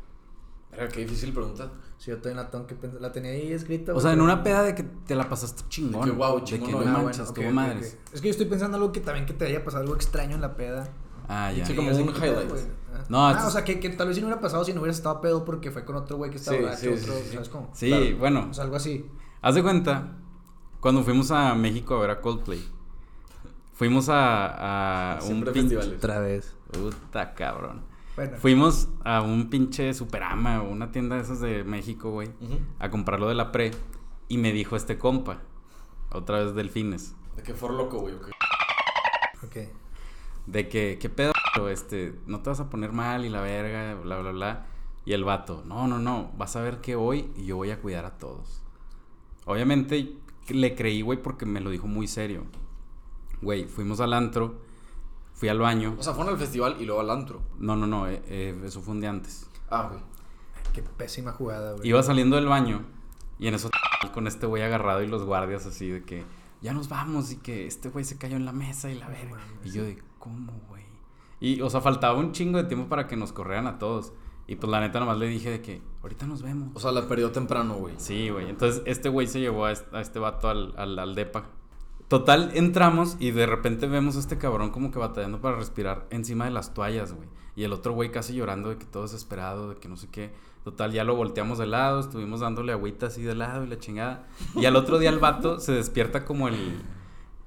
Speaker 1: Mira, qué difícil pregunta.
Speaker 3: Si yo también la tengo que pensar, la tenía ahí escrita.
Speaker 2: O
Speaker 3: güey,
Speaker 2: sea, en
Speaker 3: pero-
Speaker 2: una peda de que te la pasaste chingón.
Speaker 1: De que, guau,
Speaker 2: De
Speaker 1: chingón,
Speaker 2: que
Speaker 1: no,
Speaker 2: no
Speaker 1: ah, bueno,
Speaker 2: manchas,
Speaker 3: Ok,
Speaker 2: tuvo
Speaker 3: ok,
Speaker 2: madres.
Speaker 3: ok. Es que yo estoy pensando algo que también que te haya pasado algo extraño en la peda.
Speaker 2: Ah, ya.
Speaker 1: Sí, como
Speaker 3: ya sé
Speaker 1: un
Speaker 3: qué pedo,
Speaker 1: highlight.
Speaker 3: güey. Ah.
Speaker 2: No,
Speaker 3: Ah,
Speaker 2: esto
Speaker 3: o
Speaker 2: es-
Speaker 3: sea, que, que tal vez si no hubiera pasado si no hubieras estado pedo porque fue con otro güey que estaba
Speaker 1: Sí,
Speaker 3: borracho,
Speaker 1: sí, sí,
Speaker 3: otro,
Speaker 1: sí, sí.
Speaker 3: ¿sabes cómo?
Speaker 2: Sí,
Speaker 1: Claro.
Speaker 2: bueno.
Speaker 3: O sea, algo así.
Speaker 2: Haz de cuenta, cuando fuimos a México a ver a Coldplay, fuimos a, a un
Speaker 1: Siempre
Speaker 2: pinche...
Speaker 1: festivales.
Speaker 3: vez.
Speaker 2: Puta cabrón.
Speaker 3: Bueno.
Speaker 2: Fuimos a un pinche Superama o una tienda de esas de México, güey,
Speaker 1: Ujú.
Speaker 2: a comprar lo de la pre. Y me dijo este compa, otra vez Delfines,
Speaker 1: De que for loco, güey. ok.
Speaker 3: Ok.
Speaker 2: de que, ¿qué pedo? Este, no te vas a poner mal y la verga, bla, bla, bla. Y el vato, no, no, no, vas a ver que hoy yo voy a cuidar a todos. Obviamente le creí, güey, porque me lo dijo muy serio. Güey, fuimos al antro, fui al baño.
Speaker 1: O sea, fueron al festival y luego al antro.
Speaker 2: No, no, no, eh, eh, eso fue un día antes.
Speaker 1: Ah, güey.
Speaker 3: Qué pésima jugada, güey.
Speaker 2: Iba saliendo del baño y en eso con este güey agarrado y los guardias así de que ya nos vamos y que este güey se cayó en la mesa y la
Speaker 3: No
Speaker 2: verga.
Speaker 3: mames.
Speaker 2: Y yo de, ¿cómo, güey? Y, o sea, faltaba un chingo de tiempo para que nos corrieran a todos. Y pues la neta nomás le dije de que, ahorita nos vemos.
Speaker 1: O sea, la perdió temprano, güey.
Speaker 2: Sí, güey. Entonces, este güey se llevó a este, a este vato al, al, al depa. Total, entramos y de repente vemos a este cabrón como que batallando para respirar encima de las toallas, güey. Y el otro güey casi llorando de que todo desesperado, de que no sé qué. Total, ya lo volteamos de lado, estuvimos dándole agüita así de lado y la chingada. Y al otro día el vato se despierta como el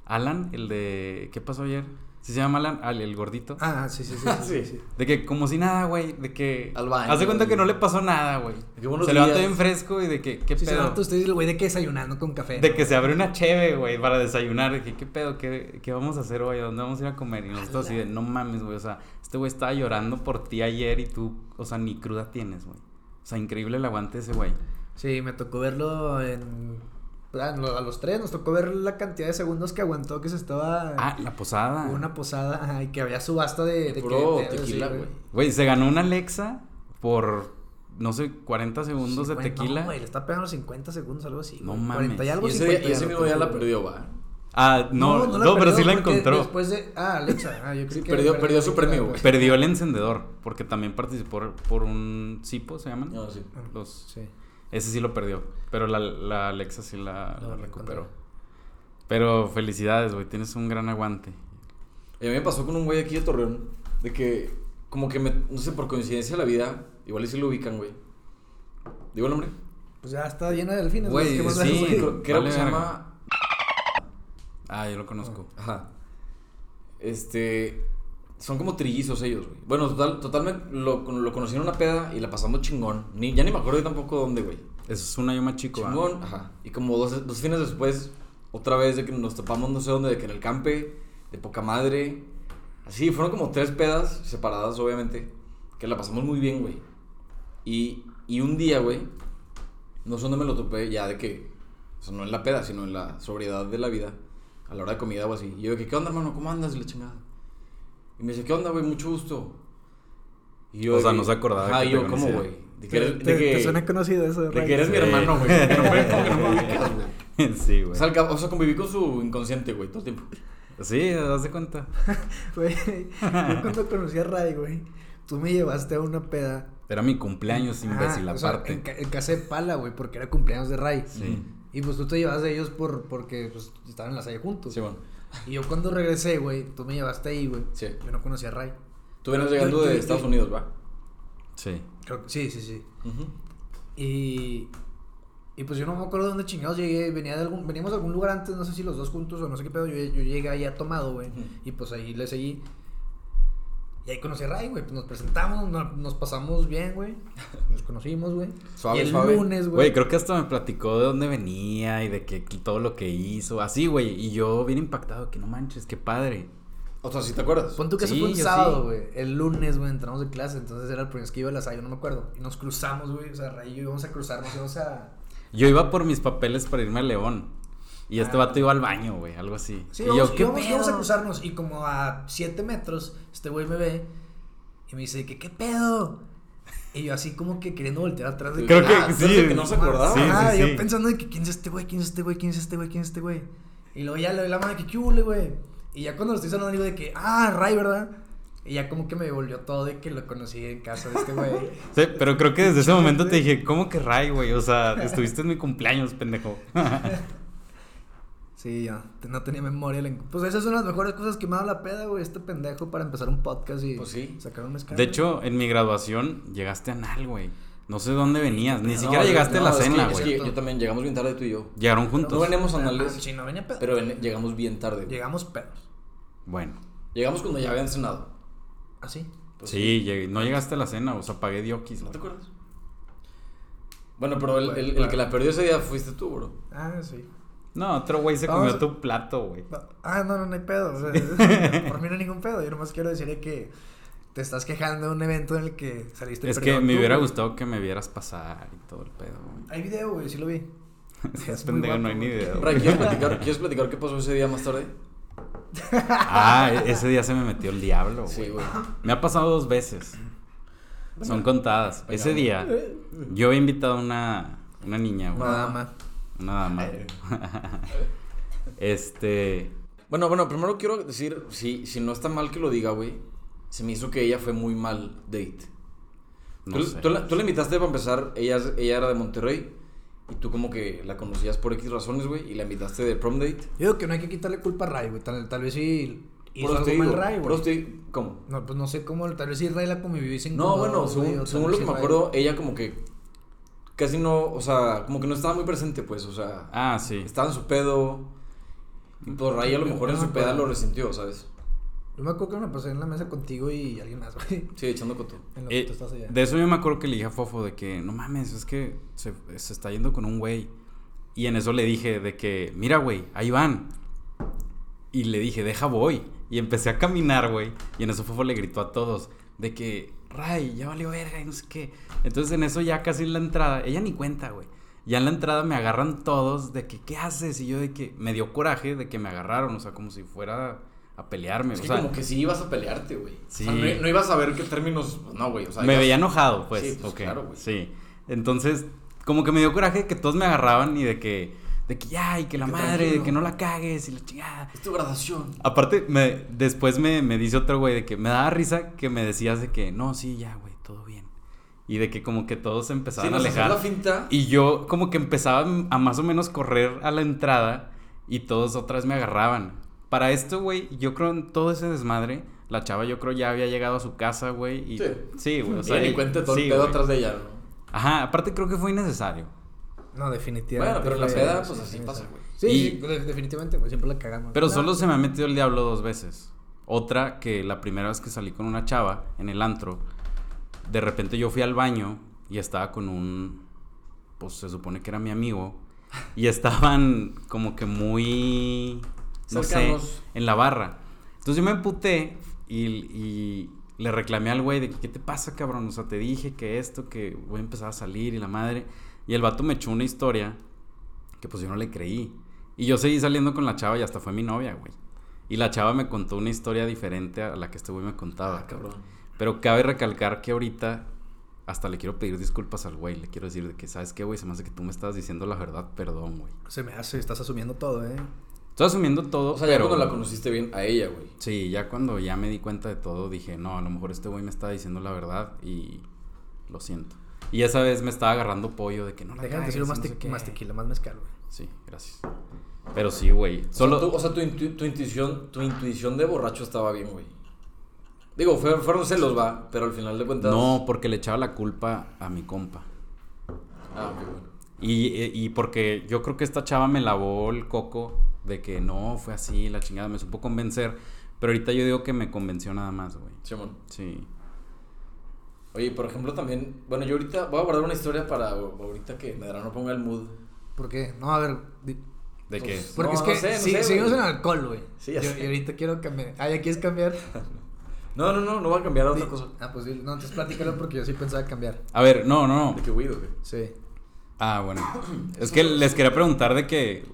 Speaker 2: Alan, el de ¿qué pasó ayer? ¿Sí se llama Alan? Al- el gordito.
Speaker 3: Ah, sí, sí, sí. sí, sí.
Speaker 2: De que como si nada, güey, de que
Speaker 1: Al baño,
Speaker 2: Hace cuenta que
Speaker 1: güey.
Speaker 2: no le pasó nada, güey.
Speaker 1: De que buenos
Speaker 2: Se levanta
Speaker 1: días.
Speaker 2: bien fresco y de que qué
Speaker 3: Sí, se
Speaker 2: pedo.
Speaker 3: levanta usted y el güey de que desayunando con café.
Speaker 2: De que se abre una cheve, güey, para desayunar. De que, ¿qué pedo? ¿Qué, qué vamos a hacer hoy? ¿A dónde vamos a ir a comer? Y nosotros así de, no mames, güey. O sea, este güey estaba llorando por ti ayer y tú, o sea, ni cruda tienes, güey. O sea, increíble el aguante de ese güey.
Speaker 3: Sí, me tocó verlo en... A los tres nos tocó ver la cantidad de segundos que aguantó que se estaba...
Speaker 2: Ah, la posada.
Speaker 3: Hubo una posada ajá, y que había subasta de, de
Speaker 1: Puro
Speaker 3: que- de-
Speaker 1: tequila,
Speaker 3: sí,
Speaker 1: güey.
Speaker 2: Güey, se ganó una Alexa por, no sé, 40 segundos de
Speaker 3: 50,
Speaker 2: tequila.
Speaker 3: No, güey, le está pegando los 50 segundos, algo así.
Speaker 2: No
Speaker 3: güey.
Speaker 2: mames.
Speaker 3: 40 y algo,
Speaker 1: Y ese, día-
Speaker 3: 50
Speaker 1: y ese mismo día la perdió, va.
Speaker 2: ah, no, no,
Speaker 3: la
Speaker 2: pero sí
Speaker 3: perdió
Speaker 2: la
Speaker 3: porque
Speaker 2: encontró.
Speaker 3: Después de. Ah, Alexa. Ah, yo creí
Speaker 1: Sí,
Speaker 3: que pues.
Speaker 1: perdió- perdió su
Speaker 3: la-
Speaker 1: premio, güey.
Speaker 2: Perdió el encendedor, porque también participó por un cipo, ¿se llaman?
Speaker 1: No, sí.
Speaker 2: Los
Speaker 3: Sí.
Speaker 2: Ese sí lo perdió, pero la, la Alexa sí la,
Speaker 3: Lo
Speaker 2: la
Speaker 3: recuperó.
Speaker 2: recuperó. Pero felicidades, güey, tienes un gran aguante.
Speaker 1: Y a mí me pasó con un güey aquí de Torreón, de que, como que me, no sé, por coincidencia de la vida, igual y si lo ubican, güey. Digo el nombre.
Speaker 3: Pues ya está llena de delfines.
Speaker 1: Güey,
Speaker 3: ¿qué más
Speaker 2: sí,
Speaker 3: da, güey?
Speaker 1: creo- creo
Speaker 2: Vale
Speaker 1: que se
Speaker 2: verga.
Speaker 1: llama
Speaker 2: Ah, yo lo conozco.
Speaker 1: Ajá. Este. Son como trillizos ellos, güey. Bueno, total, total me, lo, lo conocí en una peda y la pasamos chingón. Ni, ya ni me acuerdo tampoco dónde, güey.
Speaker 2: Eso es una yoma chico. ¿ah?
Speaker 1: Chingón, ajá. Y como dos, dos fines después, otra vez de que nos topamos no sé dónde, de que en el campe, de poca madre. Así, fueron como tres pedas separadas, obviamente, que la pasamos muy bien, güey. Y, y un día, güey, no sé dónde me lo topé ya de que, o sea, no en la peda, sino en la sobriedad de la vida, a la hora de comida o así. Y yo de que, ¿qué onda, hermano? ¿Cómo andas? Y la chingada. Y me dice, ¿qué onda, güey? Mucho gusto. Y
Speaker 2: O
Speaker 1: de
Speaker 2: sea,
Speaker 1: que-
Speaker 2: no se acordaba
Speaker 1: Ajá,
Speaker 2: que
Speaker 1: y
Speaker 2: te
Speaker 1: yo, ¿cómo,
Speaker 2: conocía.
Speaker 1: güey? De que
Speaker 3: ¿Te,
Speaker 1: eres- de
Speaker 3: te-
Speaker 1: que-
Speaker 3: te suena conocido eso,
Speaker 1: de
Speaker 3: Ray?
Speaker 1: que eres mi
Speaker 2: Sí.
Speaker 1: hermano, güey. Que no me- como que no me ubicas, güey.
Speaker 2: sí,
Speaker 1: O
Speaker 2: güey.
Speaker 1: sea, el cab- o sea, conviví con su inconsciente, güey, todo el tiempo.
Speaker 2: Sí, das de cuenta.
Speaker 3: Güey, yo cuando conocí a Ray, güey, tú me llevaste a una peda.
Speaker 2: Era mi cumpleaños, imbécil,
Speaker 3: Ajá, Ah, o sea,
Speaker 2: aparte.
Speaker 3: en, ca- en casa de pala, güey, porque era cumpleaños de Ray.
Speaker 2: Sí.
Speaker 3: Y pues tú te llevas de ellos por, porque pues, estaban en la salle juntos.
Speaker 1: Sí, bueno.
Speaker 3: Y yo cuando regresé, güey, tú me llevaste ahí, güey.
Speaker 1: Sí.
Speaker 3: Yo no conocía a Ray.
Speaker 1: Tú vienes
Speaker 3: Yo-
Speaker 1: llegando
Speaker 3: yo-
Speaker 1: de
Speaker 3: yo-
Speaker 1: Estados Unidos, ¿va?
Speaker 2: Sí.
Speaker 3: Creo que- sí, sí, sí. Y, y pues yo no me acuerdo de dónde chingados llegué. Venía de algún, veníamos de algún lugar antes, no sé si los dos juntos o no sé qué pedo. Yo, yo llegué ahí a tomado, güey.
Speaker 1: Ujú.
Speaker 3: Y pues ahí le seguí. Y ahí conocí a Ray, güey. Pues nos presentamos, no- nos, pasamos bien, güey. Nos conocimos, güey.
Speaker 1: Suave,
Speaker 3: y el
Speaker 1: suave.
Speaker 3: lunes, güey.
Speaker 2: Güey, creo que hasta me platicó de dónde venía y de que todo lo que hizo. Así, güey. Y yo bien impactado, que no manches, qué padre.
Speaker 1: O sea, si te acuerdas.
Speaker 3: Pon tú que eso
Speaker 2: Sí,
Speaker 3: fue un
Speaker 2: yo sí.
Speaker 3: sábado, güey. El lunes, güey, entramos de clase. Entonces era el primer que iba a la salle, no me acuerdo. Y nos cruzamos, güey. O sea, Ray y yo íbamos a cruzarnos, íbamos a.
Speaker 2: Yo iba por mis papeles para irme a León. Y este
Speaker 3: Ah.
Speaker 2: vato iba al baño, güey, algo así.
Speaker 3: Sí,
Speaker 2: y
Speaker 3: vamos,
Speaker 2: yo,
Speaker 3: y
Speaker 2: ¿qué
Speaker 3: vamos- vamos a
Speaker 2: pedo?
Speaker 3: cruzarnos. Y como a 7 metros, este güey me ve y me dice que qué pedo. Y yo así como que queriendo voltear atrás de
Speaker 2: Creo que
Speaker 1: Ah,
Speaker 2: sí.
Speaker 1: fíjate que no se acordaba.
Speaker 2: Sí,
Speaker 3: Ah,
Speaker 2: sí,
Speaker 3: yo
Speaker 2: sí.
Speaker 3: pensando de que quién es este güey, quién es este güey, quién es este güey, quién es este güey. Y luego ya le doy la mano de que qué hubo, güey. Y ya cuando lo estoy sonando digo de que, ah, Ray, ¿verdad? Y ya como que me volvió todo de que lo conocí en casa de este güey.
Speaker 2: Sí, pero creo que desde ese momento te dije, ¿cómo que Ray, güey? O sea, estuviste en mi cumpleaños, pendejo.
Speaker 3: Sí, ya, te- no tenía memoria. la- Pues esas son las mejores cosas que me ha dado la peda, güey, este pendejo para empezar un podcast y
Speaker 1: Pues sí.
Speaker 3: sacar un mezcal.
Speaker 2: De
Speaker 3: güey.
Speaker 2: hecho, en mi graduación llegaste a Nal, güey. No sé dónde venías, ni
Speaker 3: No,
Speaker 2: siquiera
Speaker 1: yo-
Speaker 2: llegaste
Speaker 1: no,
Speaker 2: a la
Speaker 1: es que-
Speaker 2: cena,
Speaker 1: es
Speaker 2: güey.
Speaker 1: que yo también llegamos bien tarde tú y yo.
Speaker 2: Llegaron
Speaker 1: No
Speaker 2: juntos.
Speaker 1: veníamos anales,
Speaker 3: Sí, no venía pedo.
Speaker 1: pero ven- llegamos bien tarde. güey.
Speaker 3: Llegamos pedos.
Speaker 2: Bueno,
Speaker 1: Llegamos cuando ya habían cenado.
Speaker 3: ¿Así?
Speaker 1: Pues
Speaker 2: sí, llegué- no llegaste a la cena, o sea, pagué diokis.
Speaker 1: ¿No
Speaker 2: güey.
Speaker 1: te acuerdas? Bueno, pero el, el- el
Speaker 3: Bueno.
Speaker 1: que la perdió ese día fuiste tú, bro.
Speaker 3: Ah, sí.
Speaker 2: No, otro güey se
Speaker 3: Vamos
Speaker 2: comió
Speaker 3: a-
Speaker 2: tu plato, güey.
Speaker 3: Ah, no, no, no hay pedo. o sea, por mí no hay ningún pedo. Yo nomás quiero decirle que te estás quejando de un evento en el que saliste
Speaker 2: Es que
Speaker 3: perdido
Speaker 2: me
Speaker 3: tú,
Speaker 2: hubiera
Speaker 3: güey.
Speaker 2: gustado que me vieras pasar y todo el pedo, güey.
Speaker 3: Hay video, güey, sí lo vi.
Speaker 2: Estás
Speaker 3: muy
Speaker 2: pendejo, no hay
Speaker 3: guapo,
Speaker 2: ni
Speaker 3: güey.
Speaker 2: idea.
Speaker 1: Ray, ¿quieres platicar, ¿quieres platicar qué pasó ese día más tarde?
Speaker 2: Ah, e- ese día se me metió el diablo, güey.
Speaker 1: Sí, güey.
Speaker 2: Me ha pasado dos veces. Son contadas. Ese día yo he invitado a una, una niña, güey.
Speaker 1: No,
Speaker 3: Nada
Speaker 1: Ah.
Speaker 3: más.
Speaker 2: Una dama. este.
Speaker 1: Bueno, bueno, primero quiero decir, si, si no está mal que lo diga, güey, se me hizo que ella fue muy mal date.
Speaker 2: No
Speaker 1: tú,
Speaker 2: sé.
Speaker 1: tú la, tú la invitaste para empezar, ella, es- ella era de Monterrey y tú como que la conocías por X razones, güey, y la invitaste de prom date.
Speaker 3: Yo digo que no hay que quitarle culpa a Ray, güey. Tal, tal vez sí
Speaker 1: Por
Speaker 3: hizo
Speaker 1: eso te
Speaker 3: algo
Speaker 1: digo,
Speaker 3: mal Ray,
Speaker 1: por
Speaker 3: güey.
Speaker 1: eso te digo, ¿cómo?
Speaker 3: No, pues no sé cómo, tal vez si Ray la convivió y se
Speaker 1: No,
Speaker 3: incomodó,
Speaker 1: bueno,
Speaker 3: güey, o
Speaker 1: según,
Speaker 3: tal
Speaker 1: según
Speaker 3: vez
Speaker 1: lo
Speaker 3: si
Speaker 1: que me
Speaker 3: Ray-
Speaker 1: acuerdo, ella como que casi no, o sea, como que no estaba muy presente, pues, o sea,
Speaker 2: Ah, sí.
Speaker 1: estaba en su pedo. Y pues Ray a lo
Speaker 3: Yo-
Speaker 1: mejor en
Speaker 3: yo no
Speaker 1: su
Speaker 3: me
Speaker 1: peda
Speaker 3: acuerdo.
Speaker 1: lo resintió, ¿sabes?
Speaker 3: Yo me acuerdo que me pasé en la mesa contigo y alguien más, güey.
Speaker 1: Sí, echando coto.
Speaker 3: En lo que
Speaker 2: Eh,
Speaker 3: tú estás allá.
Speaker 2: de eso yo me acuerdo que le dije a Fofo de que, no mames, es que se, se está yendo con un güey. Y en eso le dije de que, mira, güey, ahí van. Y le dije, deja voy. Y empecé a caminar, güey. Y en eso Fofo le gritó a todos de que, Ray, ya valió verga y no sé qué. Entonces en eso ya casi en la entrada, ella ni cuenta, güey. Ya en la entrada me agarran todos de que, ¿qué haces? Y yo de que, me dio coraje de que me agarraron, o sea, como si fuera a pelearme.
Speaker 1: Es
Speaker 2: o
Speaker 1: que
Speaker 2: sea,
Speaker 1: como que sí ibas a pelearte, güey. O sea,
Speaker 2: Sí.
Speaker 1: no, no ibas a ver qué términos. pues, No, güey. O sea,
Speaker 2: me
Speaker 1: ibas-
Speaker 2: veía enojado, pues.
Speaker 1: Sí, pues,
Speaker 2: ok,
Speaker 1: claro, güey.
Speaker 2: Sí. Entonces, como que me dio coraje de que todos me agarraban y de que, de que ya, y que la
Speaker 1: que
Speaker 2: madre,
Speaker 1: tranquilo.
Speaker 2: de que no la cagues y la chingada.
Speaker 1: Es tu graduación.
Speaker 2: Aparte, me, después me, me dice otro güey de que me daba risa que me decías de que no, sí, ya, güey, todo bien. Y de que como que todos se
Speaker 1: Sí,
Speaker 2: empezaban a
Speaker 1: nos hacías
Speaker 2: alejar.
Speaker 1: la finta.
Speaker 2: Y yo como que empezaba a más o menos correr a la entrada y todos otra vez me agarraban. Para esto, güey, yo creo en todo ese desmadre, la chava yo creo ya había llegado a su casa, güey. Y...
Speaker 1: Sí.
Speaker 2: Sí, güey. O
Speaker 1: O sea,
Speaker 2: sea,
Speaker 1: ni
Speaker 2: y-
Speaker 1: cuenta todo
Speaker 2: sí,
Speaker 1: el pedo
Speaker 2: güey.
Speaker 1: atrás de ella, ¿no?
Speaker 2: Ajá, aparte creo que fue innecesario.
Speaker 3: No, definitivamente.
Speaker 1: Bueno, pero la
Speaker 3: güey,
Speaker 1: peda,
Speaker 3: sí,
Speaker 1: pues,
Speaker 3: sí,
Speaker 1: así
Speaker 3: sí,
Speaker 1: pasa,
Speaker 3: sí.
Speaker 1: güey.
Speaker 3: Sí,
Speaker 2: Y-
Speaker 3: sí, de- definitivamente, güey. Siempre la cagamos.
Speaker 2: Pero
Speaker 3: No,
Speaker 2: solo se me ha metido el diablo dos veces. Otra que la primera vez que salí con una chava en el antro, de repente yo fui al baño y estaba con un, pues se supone que era mi amigo, y estaban como que muy, no sé,
Speaker 1: Cercanos.
Speaker 2: en la barra. Entonces yo me emputé y, y le reclamé al güey de que, ¿qué te pasa, cabrón? O sea, te dije que esto, que voy a empezar a salir y la madre. Y el vato me echó una historia que pues yo no le creí. Y yo seguí saliendo con la chava y hasta fue mi novia, güey. Y la chava me contó una historia diferente a la que este güey me contaba.
Speaker 1: Ah, cabrón.
Speaker 2: Pero cabe recalcar que ahorita hasta le quiero pedir disculpas al güey. Le quiero decir de que, ¿sabes qué, güey? Se me hace que tú me estabas diciendo la verdad, perdón, güey.
Speaker 3: Se me hace, estás asumiendo todo, eh.
Speaker 2: Estoy asumiendo todo,
Speaker 1: O sea, ya
Speaker 2: pero...
Speaker 1: cuando la conociste bien a ella, güey.
Speaker 2: Sí, ya cuando ya me di cuenta de todo, dije, no, a lo mejor este güey me está diciendo la verdad y lo siento. Y esa vez me estaba agarrando pollo de que no la
Speaker 3: Déjame decirlo
Speaker 2: cagues,
Speaker 3: más,
Speaker 2: no
Speaker 3: te-
Speaker 2: sé qué".
Speaker 3: más tequila, más mezcal, güey.
Speaker 2: Sí, gracias. Pero sí, güey. Solo...
Speaker 1: O sea, tu, o sea, tu, intu- tu intuición, tu intuición de borracho estaba bien, güey. Digo, fue- fueron celos, va, pero al final de cuentas.
Speaker 2: No, porque le echaba la culpa a mi compa.
Speaker 1: Ah, ok, bueno.
Speaker 2: Y, eh, y porque yo creo que esta chava me lavó el coco de que no, fue así, la chingada, me supo convencer. Pero ahorita yo digo que me convenció nada más, güey.
Speaker 1: Simón.
Speaker 2: Sí.
Speaker 1: Oye, por ejemplo, también. Bueno, yo ahorita voy a guardar una historia para ahorita que Medrano no ponga el mood.
Speaker 3: ¿Por qué? No, a ver. di-
Speaker 2: De que...
Speaker 1: Pues-
Speaker 3: Porque
Speaker 1: No,
Speaker 3: es
Speaker 1: no
Speaker 3: que
Speaker 1: sé, no
Speaker 3: si-
Speaker 1: sé,
Speaker 3: seguimos en
Speaker 1: güey.
Speaker 3: alcohol, güey.
Speaker 1: Sí, ya
Speaker 3: Yo-
Speaker 1: sé.
Speaker 3: Y ahorita quiero cambiar. Ah, ¿ya quieres cambiar?
Speaker 1: No, no, no, no va a cambiar a otra cosa.
Speaker 3: Ah, pues sí. No, entonces platícalo porque yo sí pensaba cambiar.
Speaker 2: A ver, no, no, no.
Speaker 1: De que huido, güey.
Speaker 3: Sí.
Speaker 2: Ah, bueno. Es que les quería preguntar de que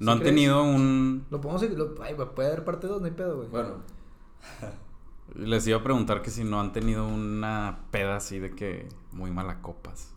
Speaker 2: no han
Speaker 3: crees?
Speaker 2: tenido un...
Speaker 3: Lo podemos ir. lo- Ay, güey, puede haber parte 2, no hay pedo, güey.
Speaker 1: Bueno,
Speaker 2: Les iba a preguntar que si no han tenido una peda así de que muy mala copas.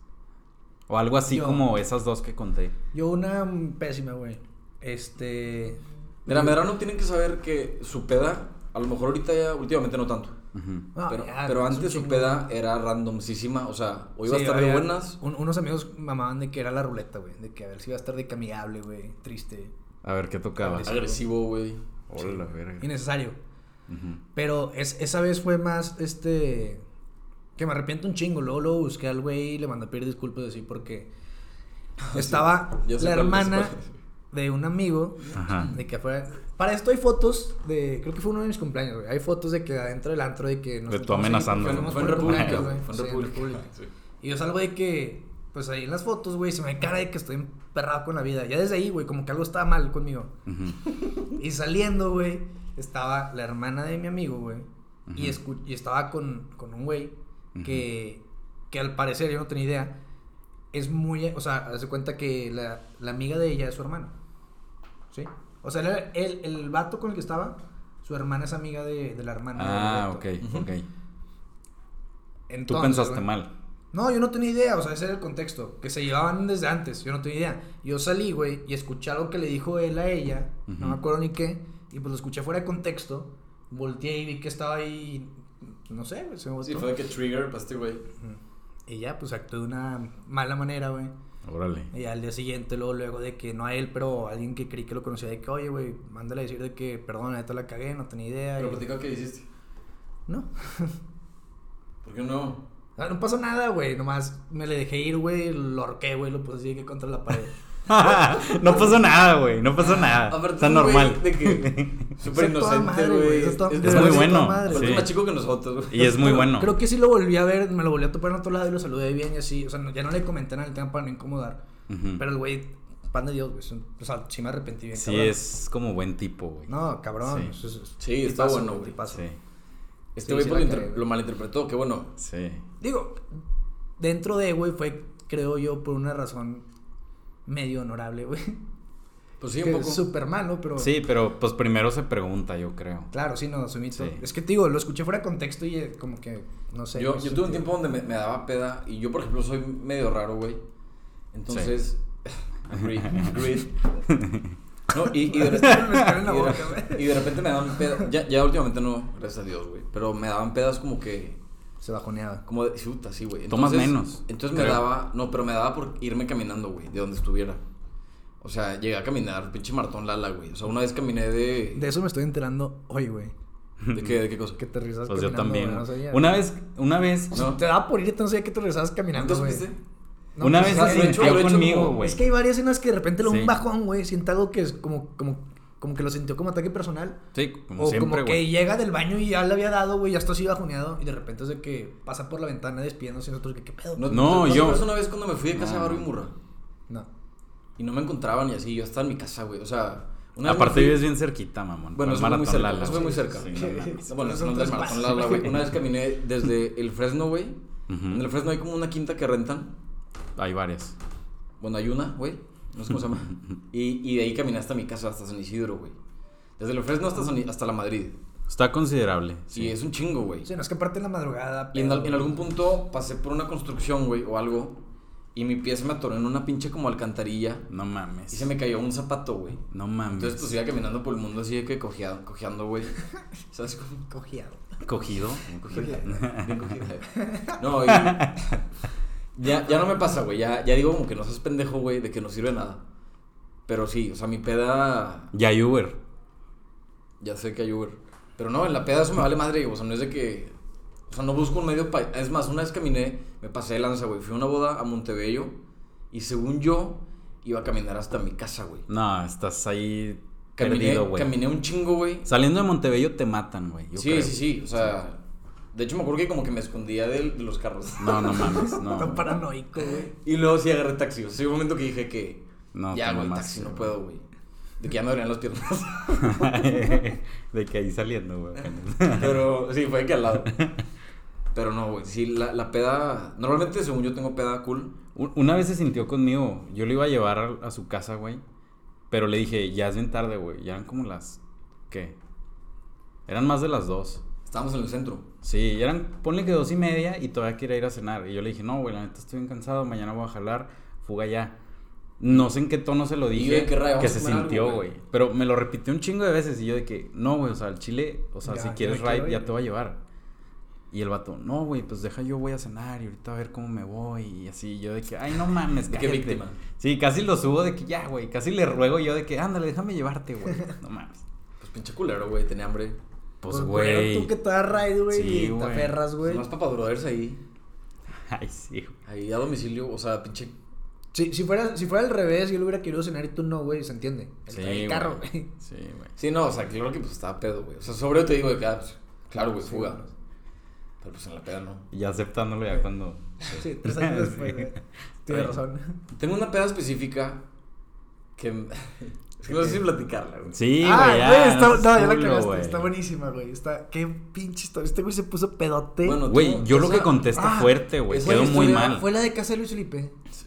Speaker 2: O algo así
Speaker 3: Yo.
Speaker 2: como esas dos que conté.
Speaker 3: Yo una mm, pésima, güey. Este.
Speaker 1: mira, Medrano tienen que saber que su peda, a lo mejor ahorita ya, últimamente no tanto.
Speaker 2: Ujú.
Speaker 3: No,
Speaker 1: pero
Speaker 3: ya,
Speaker 1: pero
Speaker 3: es un
Speaker 1: antes su
Speaker 3: chingo.
Speaker 1: peda era randomsísima, o sea, o iba a
Speaker 3: Sí,
Speaker 1: estar de
Speaker 3: había-
Speaker 1: buenas.
Speaker 3: un- unos amigos mamaban de que era la ruleta, güey. De que a ver si iba a estar de que amigable, güey. Triste.
Speaker 2: A ver, ¿qué tocaba?
Speaker 3: Agresivo.
Speaker 1: Agresivo, güey.
Speaker 2: Hola,
Speaker 1: Mm.
Speaker 2: verga.
Speaker 3: Innecesario.
Speaker 2: Ujú.
Speaker 3: Pero es, esa vez fue más, este. Que me arrepiento un chingo. Luego lo busqué al güey y le mandé a pedir disculpas así porque.
Speaker 1: Ya sé
Speaker 3: Estaba la
Speaker 1: cuál, ya sé
Speaker 3: hermana
Speaker 1: cuál.
Speaker 3: de un amigo
Speaker 2: Ajá.
Speaker 3: de que afuera. Para esto hay fotos de. Creo que fue uno de mis cumpleaños, güey. Hay fotos de que adentro del antro de
Speaker 2: De
Speaker 3: que.
Speaker 2: tú
Speaker 3: juntamos ahí,
Speaker 2: amenazando,
Speaker 3: que
Speaker 1: Fue,
Speaker 2: ¿no?
Speaker 1: en-
Speaker 3: fuimos
Speaker 1: fue en
Speaker 3: por
Speaker 1: República,
Speaker 3: cumpleaños,
Speaker 1: güey.
Speaker 3: güey.
Speaker 1: Fue en
Speaker 3: Sí,
Speaker 1: República. sí.
Speaker 3: y yo salgo de que, pues ahí en las fotos, güey, se me cara de que estoy emperrado con la vida. Ya desde ahí, güey, como que algo estaba mal conmigo.
Speaker 2: Ujú.
Speaker 3: Y saliendo, güey, estaba la hermana de mi amigo, güey. y, escu- y estaba con, con un güey que, que al parecer, yo no tenía idea, es muy, o sea, hace cuenta que la, la amiga de ella es su hermano. ¿Sí? O sea, era el, el vato con el que estaba, su hermana es amiga de, de la hermana. de
Speaker 2: Ah, ok,
Speaker 3: Roberto.
Speaker 2: ok. Tú
Speaker 3: Entonces,
Speaker 2: pensaste
Speaker 3: güey,
Speaker 2: mal.
Speaker 3: No, yo no tenía idea, o sea, ese era el contexto, que se llevaban desde antes, yo no tenía idea. Yo salí, güey, y escuché algo que le dijo él a ella, no me
Speaker 2: Ujú.
Speaker 3: acuerdo ni qué, y pues lo escuché fuera de contexto, volteé y vi que estaba ahí, no sé, güey, se me
Speaker 1: Sí,
Speaker 3: volteó.
Speaker 1: fue de que trigger para este güey.
Speaker 3: Y ya, pues actué de una mala manera, güey.
Speaker 2: Órale.
Speaker 3: Y al día siguiente, luego, luego de que no a él, pero alguien que creí que lo conocía, de que, oye, güey, mándale a decir de que, perdón, neta la cagué, no tenía idea.
Speaker 1: Pero
Speaker 3: y-
Speaker 1: platica qué hiciste.
Speaker 3: No.
Speaker 1: ¿Por qué no?
Speaker 3: Ah, No pasó nada, güey. Nomás me le dejé ir, güey. Lo ahorqué, güey. Lo puse así que contra la pared.
Speaker 2: no pasó nada, güey. No pasó
Speaker 3: Ah,
Speaker 2: nada.
Speaker 1: Aparte,
Speaker 2: Está
Speaker 1: es un güey
Speaker 2: normal.
Speaker 1: de que súper
Speaker 3: Está toda
Speaker 1: inocente,
Speaker 3: madre,
Speaker 1: güey.
Speaker 3: está toda-
Speaker 1: Es-
Speaker 2: muy
Speaker 3: de verdad,
Speaker 2: bueno,
Speaker 3: está toda madre,
Speaker 1: Pero
Speaker 2: sí.
Speaker 1: es más chico que nosotros, güey.
Speaker 2: Y es muy
Speaker 3: Pero
Speaker 2: bueno.
Speaker 3: Creo que sí lo volví a ver. Me lo volví a topar en otro lado y lo saludé bien y así. O sea, no- ya no le comenté nada el tema para no incomodar.
Speaker 2: Ujú.
Speaker 3: Pero el güey, pan de Dios, güey. es un- O sea, sí me arrepentí bien.
Speaker 2: Sí,
Speaker 3: cabrón.
Speaker 2: es como buen tipo, güey.
Speaker 3: No, cabrón.
Speaker 2: Sí.
Speaker 3: eso es- es-
Speaker 1: Sí, está
Speaker 3: tipazo,
Speaker 1: bueno, güey.
Speaker 3: tipazo.
Speaker 2: Sí,
Speaker 1: Este
Speaker 3: Sí,
Speaker 1: güey pues
Speaker 3: sí la
Speaker 1: lo
Speaker 3: cagué,
Speaker 1: inter-
Speaker 3: güey.
Speaker 1: lo malinterpretó, que bueno.
Speaker 2: sí.
Speaker 3: Digo, dentro de, güey, fue, creo yo, por una razón medio honorable, güey.
Speaker 1: Pues sí,
Speaker 3: Que
Speaker 1: un
Speaker 3: es
Speaker 1: poco.
Speaker 3: súper malo, pero.
Speaker 2: Sí, pero pues primero se pregunta, yo creo.
Speaker 3: Claro, sí, no, asumí todo.
Speaker 2: Sí.
Speaker 3: Es que te digo, lo escuché fuera de contexto y eh, como que, no sé.
Speaker 1: Yo,
Speaker 3: no
Speaker 1: yo
Speaker 3: sé,
Speaker 1: tuve un
Speaker 3: tío.
Speaker 1: tiempo donde me, me daba peda y yo, por ejemplo, soy medio raro, güey. Entonces. Agree, agree. No, y, y de repente,
Speaker 3: Me escala en la
Speaker 1: y de-
Speaker 3: boca, güey.
Speaker 1: y de repente me daban pedas. Ya, ya últimamente no, gracias a Dios, güey. Pero me daban pedas como que.
Speaker 3: Se bajoneaba.
Speaker 1: Como de. Chuta, sí, güey.
Speaker 2: Tomas
Speaker 1: Entonces-
Speaker 2: menos,
Speaker 1: Entonces me
Speaker 2: creo.
Speaker 1: daba. No, pero me daba por irme caminando, güey, de donde estuviera. O sea, llegué a caminar, pinche maratón Lala, güey. O sea, una vez caminé de.
Speaker 3: De eso me estoy enterando hoy, güey.
Speaker 1: ¿De qué, de qué cosa?
Speaker 3: Que te risas
Speaker 2: Pues yo también.
Speaker 3: No
Speaker 2: güey.
Speaker 3: sabía.
Speaker 2: una vez, una vez,
Speaker 1: No.
Speaker 3: Te daba por ir, no sabía que te regresabas caminando,
Speaker 1: ¿Nunca
Speaker 3: güey.
Speaker 1: supiste?
Speaker 3: No,
Speaker 2: una
Speaker 3: pues,
Speaker 2: vez
Speaker 1: ah,
Speaker 3: es
Speaker 2: se
Speaker 1: lo he
Speaker 3: que-
Speaker 1: hecho,
Speaker 2: metió
Speaker 1: lo he hecho
Speaker 2: conmigo,
Speaker 1: como-
Speaker 2: güey.
Speaker 3: Es que hay varias escenas que de repente lo
Speaker 2: Sí.
Speaker 3: un bajón, güey. Siente algo que es como, como, como que lo sintió como ataque personal.
Speaker 2: Sí, como
Speaker 3: o
Speaker 2: siempre,
Speaker 3: como que
Speaker 2: güey.
Speaker 3: llega del baño y ya le había dado, güey, ya está así bajoneado. Y de repente es de que pasa por la ventana despidiéndose y nosotros, que, ¿qué pedo?
Speaker 1: No,
Speaker 2: No, yo-
Speaker 1: yo. una vez cuando me fui de casa
Speaker 2: No.
Speaker 1: a Barbie Murra.
Speaker 3: No.
Speaker 1: Y no me encontraban y así, yo estaba en mi casa, güey. O sea, una vez me
Speaker 2: Aparte
Speaker 1: fui-
Speaker 2: vives bien cerquita, mamón.
Speaker 1: Bueno,
Speaker 2: Al
Speaker 1: eso fue muy
Speaker 2: maratón
Speaker 1: cerca.
Speaker 2: Lala,
Speaker 1: eso fue muy
Speaker 2: güey.
Speaker 1: cerca.
Speaker 2: Sí, no mames.
Speaker 1: bueno,
Speaker 3: Son
Speaker 1: no
Speaker 3: tres
Speaker 1: del maratón
Speaker 3: pasos.
Speaker 1: Lala, güey. Una vez caminé desde el Fresno, güey.
Speaker 2: Ujú.
Speaker 1: En el Fresno hay como una quinta que rentan.
Speaker 2: Hay varias.
Speaker 1: Bueno, hay una, güey. No sé cómo se llama. Y, y de ahí caminé hasta mi casa, hasta San Isidro, güey. Desde el Fresno hasta, San I- hasta la Madrid.
Speaker 2: Está considerable.
Speaker 1: Y
Speaker 2: Sí.
Speaker 1: es un chingo, güey.
Speaker 3: Sí, no, es que aparte en la madrugada.
Speaker 1: Y en,
Speaker 3: pedo,
Speaker 1: al- en algún punto pasé por una construcción, güey, o algo. Y mi pie se me atoró en una pinche como alcantarilla.
Speaker 2: No
Speaker 1: Y se
Speaker 2: mames.
Speaker 1: me cayó un zapato, güey.
Speaker 2: No mames.
Speaker 1: Entonces pues iba caminando por el mundo así de que cojeado, cojeando, güey. ¿Sabes cómo?
Speaker 3: Cojeado.
Speaker 2: cogido.
Speaker 1: Cojeado. Bien cojeado. No, y- ya, ya no me pasa, güey. Ya, ya digo como que no seas pendejo, güey, de que no sirve nada. Pero sí, o sea, mi peda,
Speaker 2: Ya hay Uber.
Speaker 1: ya sé que hay Uber. Pero no, en la peda eso me vale madre, güey. O sea, no es de que... O sea, no busco un medio para... Es más, una vez caminé, me pasé de lanza, güey. Fui a una boda a Montebello y según yo iba a caminar hasta mi casa, güey.
Speaker 2: No, estás ahí
Speaker 1: Caminé,
Speaker 2: perdido, güey.
Speaker 1: caminé un chingo, güey.
Speaker 2: Saliendo de Montebello te matan, güey. yo
Speaker 1: Sí,
Speaker 2: creo.
Speaker 1: sí, sí, o sea, de hecho me acuerdo que como que me escondía del- de, los carros.
Speaker 2: No, no mames, no.
Speaker 3: Tan
Speaker 2: güey.
Speaker 3: paranoico, güey.
Speaker 1: Y luego sí agarré taxi, o sea, hubo un momento que dije que
Speaker 2: No, pues eh.
Speaker 1: ya,
Speaker 2: te
Speaker 1: güey,
Speaker 2: mamaste,
Speaker 1: taxi, no
Speaker 2: güey.
Speaker 1: puedo, güey. De que ya me abrían las piernas.
Speaker 2: de que ahí saliendo, güey.
Speaker 1: Pero sí, fue de que al lado. Pero no, güey, sí, la, la peda, normalmente según yo tengo peda cool.
Speaker 2: U- Una vez se sintió conmigo. Yo le iba a llevar a- a su casa, güey. Pero le dije, ya es bien tarde, güey. Ya eran como las. ¿Qué? Eran más de las dos.
Speaker 1: Estábamos en el centro.
Speaker 2: Sí, ya eran. Ponle que dos y media y todavía quería ir a cenar. Y yo le dije, no, güey, la neta estoy bien cansado. Mañana voy a jalar. Fuga ya. No sé en qué tono se lo
Speaker 1: Y
Speaker 2: dije.
Speaker 1: yo de que, "Ray, vamos
Speaker 2: que
Speaker 1: a
Speaker 2: se
Speaker 1: comer algo,
Speaker 2: sintió,
Speaker 1: güey".
Speaker 2: güey. Pero me lo repitió un chingo de veces. Y yo de que, no, güey, o sea, al chile. O sea,
Speaker 3: Ya,
Speaker 2: si
Speaker 3: ya
Speaker 2: quieres
Speaker 3: me quiero
Speaker 2: ride, ya
Speaker 3: ir.
Speaker 2: te voy a llevar. Y el vato, no, güey, pues deja yo voy a cenar y ahorita a ver cómo me voy y así. Yo de que, ay, no mames,
Speaker 1: De qué
Speaker 2: cállate".
Speaker 1: víctima.
Speaker 2: Sí, casi lo subo de que ya, güey, casi le ruego yo de que, ándale, déjame llevarte, güey. No mames.
Speaker 1: Pues pinche culero, güey, tenía hambre.
Speaker 2: Pues,
Speaker 3: culero,
Speaker 2: güey.
Speaker 3: Tú que te das raid, güey,
Speaker 2: Sí,
Speaker 3: y te
Speaker 2: güey.
Speaker 3: aferras,
Speaker 1: Pues,
Speaker 3: güey.
Speaker 1: más para brothers ahí,
Speaker 2: Ay, sí, güey.
Speaker 1: ahí a domicilio, o sea, pinche...
Speaker 3: Sí, si, fuera, si fuera al revés, yo lo hubiera querido cenar y tú no, güey, se entiende. El,
Speaker 2: Sí,
Speaker 3: el carro,
Speaker 2: güey.
Speaker 3: güey.
Speaker 2: Sí, güey.
Speaker 1: Sí, no, o sea, claro que pues estaba pedo, güey. O sea, sobre te digo de que, ah, pues, claro, güey, fuga. Pero pues en la peda no.
Speaker 2: Y aceptándolo ya cuando.
Speaker 3: Sí, tres años
Speaker 2: Sí.
Speaker 3: después, güey. Tienes
Speaker 2: Oye.
Speaker 3: razón.
Speaker 1: Tengo una peda específica que. es que no sé si platicarla, güey.
Speaker 2: Sí, güey.
Speaker 3: ah,
Speaker 2: ya,
Speaker 3: güey, está,
Speaker 2: no
Speaker 3: no,
Speaker 2: seas
Speaker 3: ya la
Speaker 2: culo,
Speaker 3: cagaste,
Speaker 2: güey.
Speaker 3: está buenísima, güey. Está, qué pinche historia. Este güey se puso pedote.
Speaker 1: Bueno,
Speaker 2: Güey, yo lo
Speaker 1: Esa-
Speaker 2: que contesta
Speaker 3: ah,
Speaker 2: fuerte, güey.
Speaker 1: esa
Speaker 2: Quedó muy
Speaker 1: historia
Speaker 2: mal.
Speaker 3: Fue la de casa de Luis Felipe.
Speaker 1: Sí.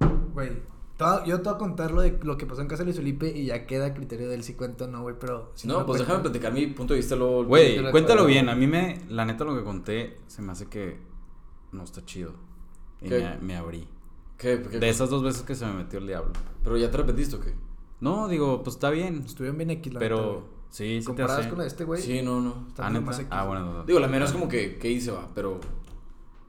Speaker 3: Güey, te voy a- yo te voy a contar lo, de, lo que pasó en casa de Luis Felipe y ya queda a criterio del si cuento o no, güey, pero... si
Speaker 1: No,
Speaker 3: lo
Speaker 1: pues
Speaker 3: cuento-
Speaker 1: déjame platicar mi punto de vista luego.
Speaker 3: Yo
Speaker 2: Güey,
Speaker 3: la
Speaker 2: cuéntalo
Speaker 3: cagué.
Speaker 2: bien. A mí me, la neta, lo que conté se me hace que no está chido. Y
Speaker 1: ¿Qué?
Speaker 2: me, me abrí.
Speaker 1: ¿Qué? ¿Por qué?
Speaker 2: De esas dos veces que se me metió el diablo.
Speaker 1: Pero ya te arrepentiste o qué?
Speaker 2: No, digo, pues está bien.
Speaker 3: Estuvieron bien aquí, la neta,
Speaker 2: Pero
Speaker 3: güey.
Speaker 2: sí, se te
Speaker 3: Comparadas
Speaker 2: hace.
Speaker 3: con la de este, güey.
Speaker 1: Sí, no, no.
Speaker 3: está
Speaker 2: Ah,
Speaker 3: mucho
Speaker 2: neta.
Speaker 3: más X,
Speaker 2: Ah,
Speaker 3: güey.
Speaker 2: bueno. no, no.
Speaker 1: Digo, la menos como que, ¿qué hice, va? Pero.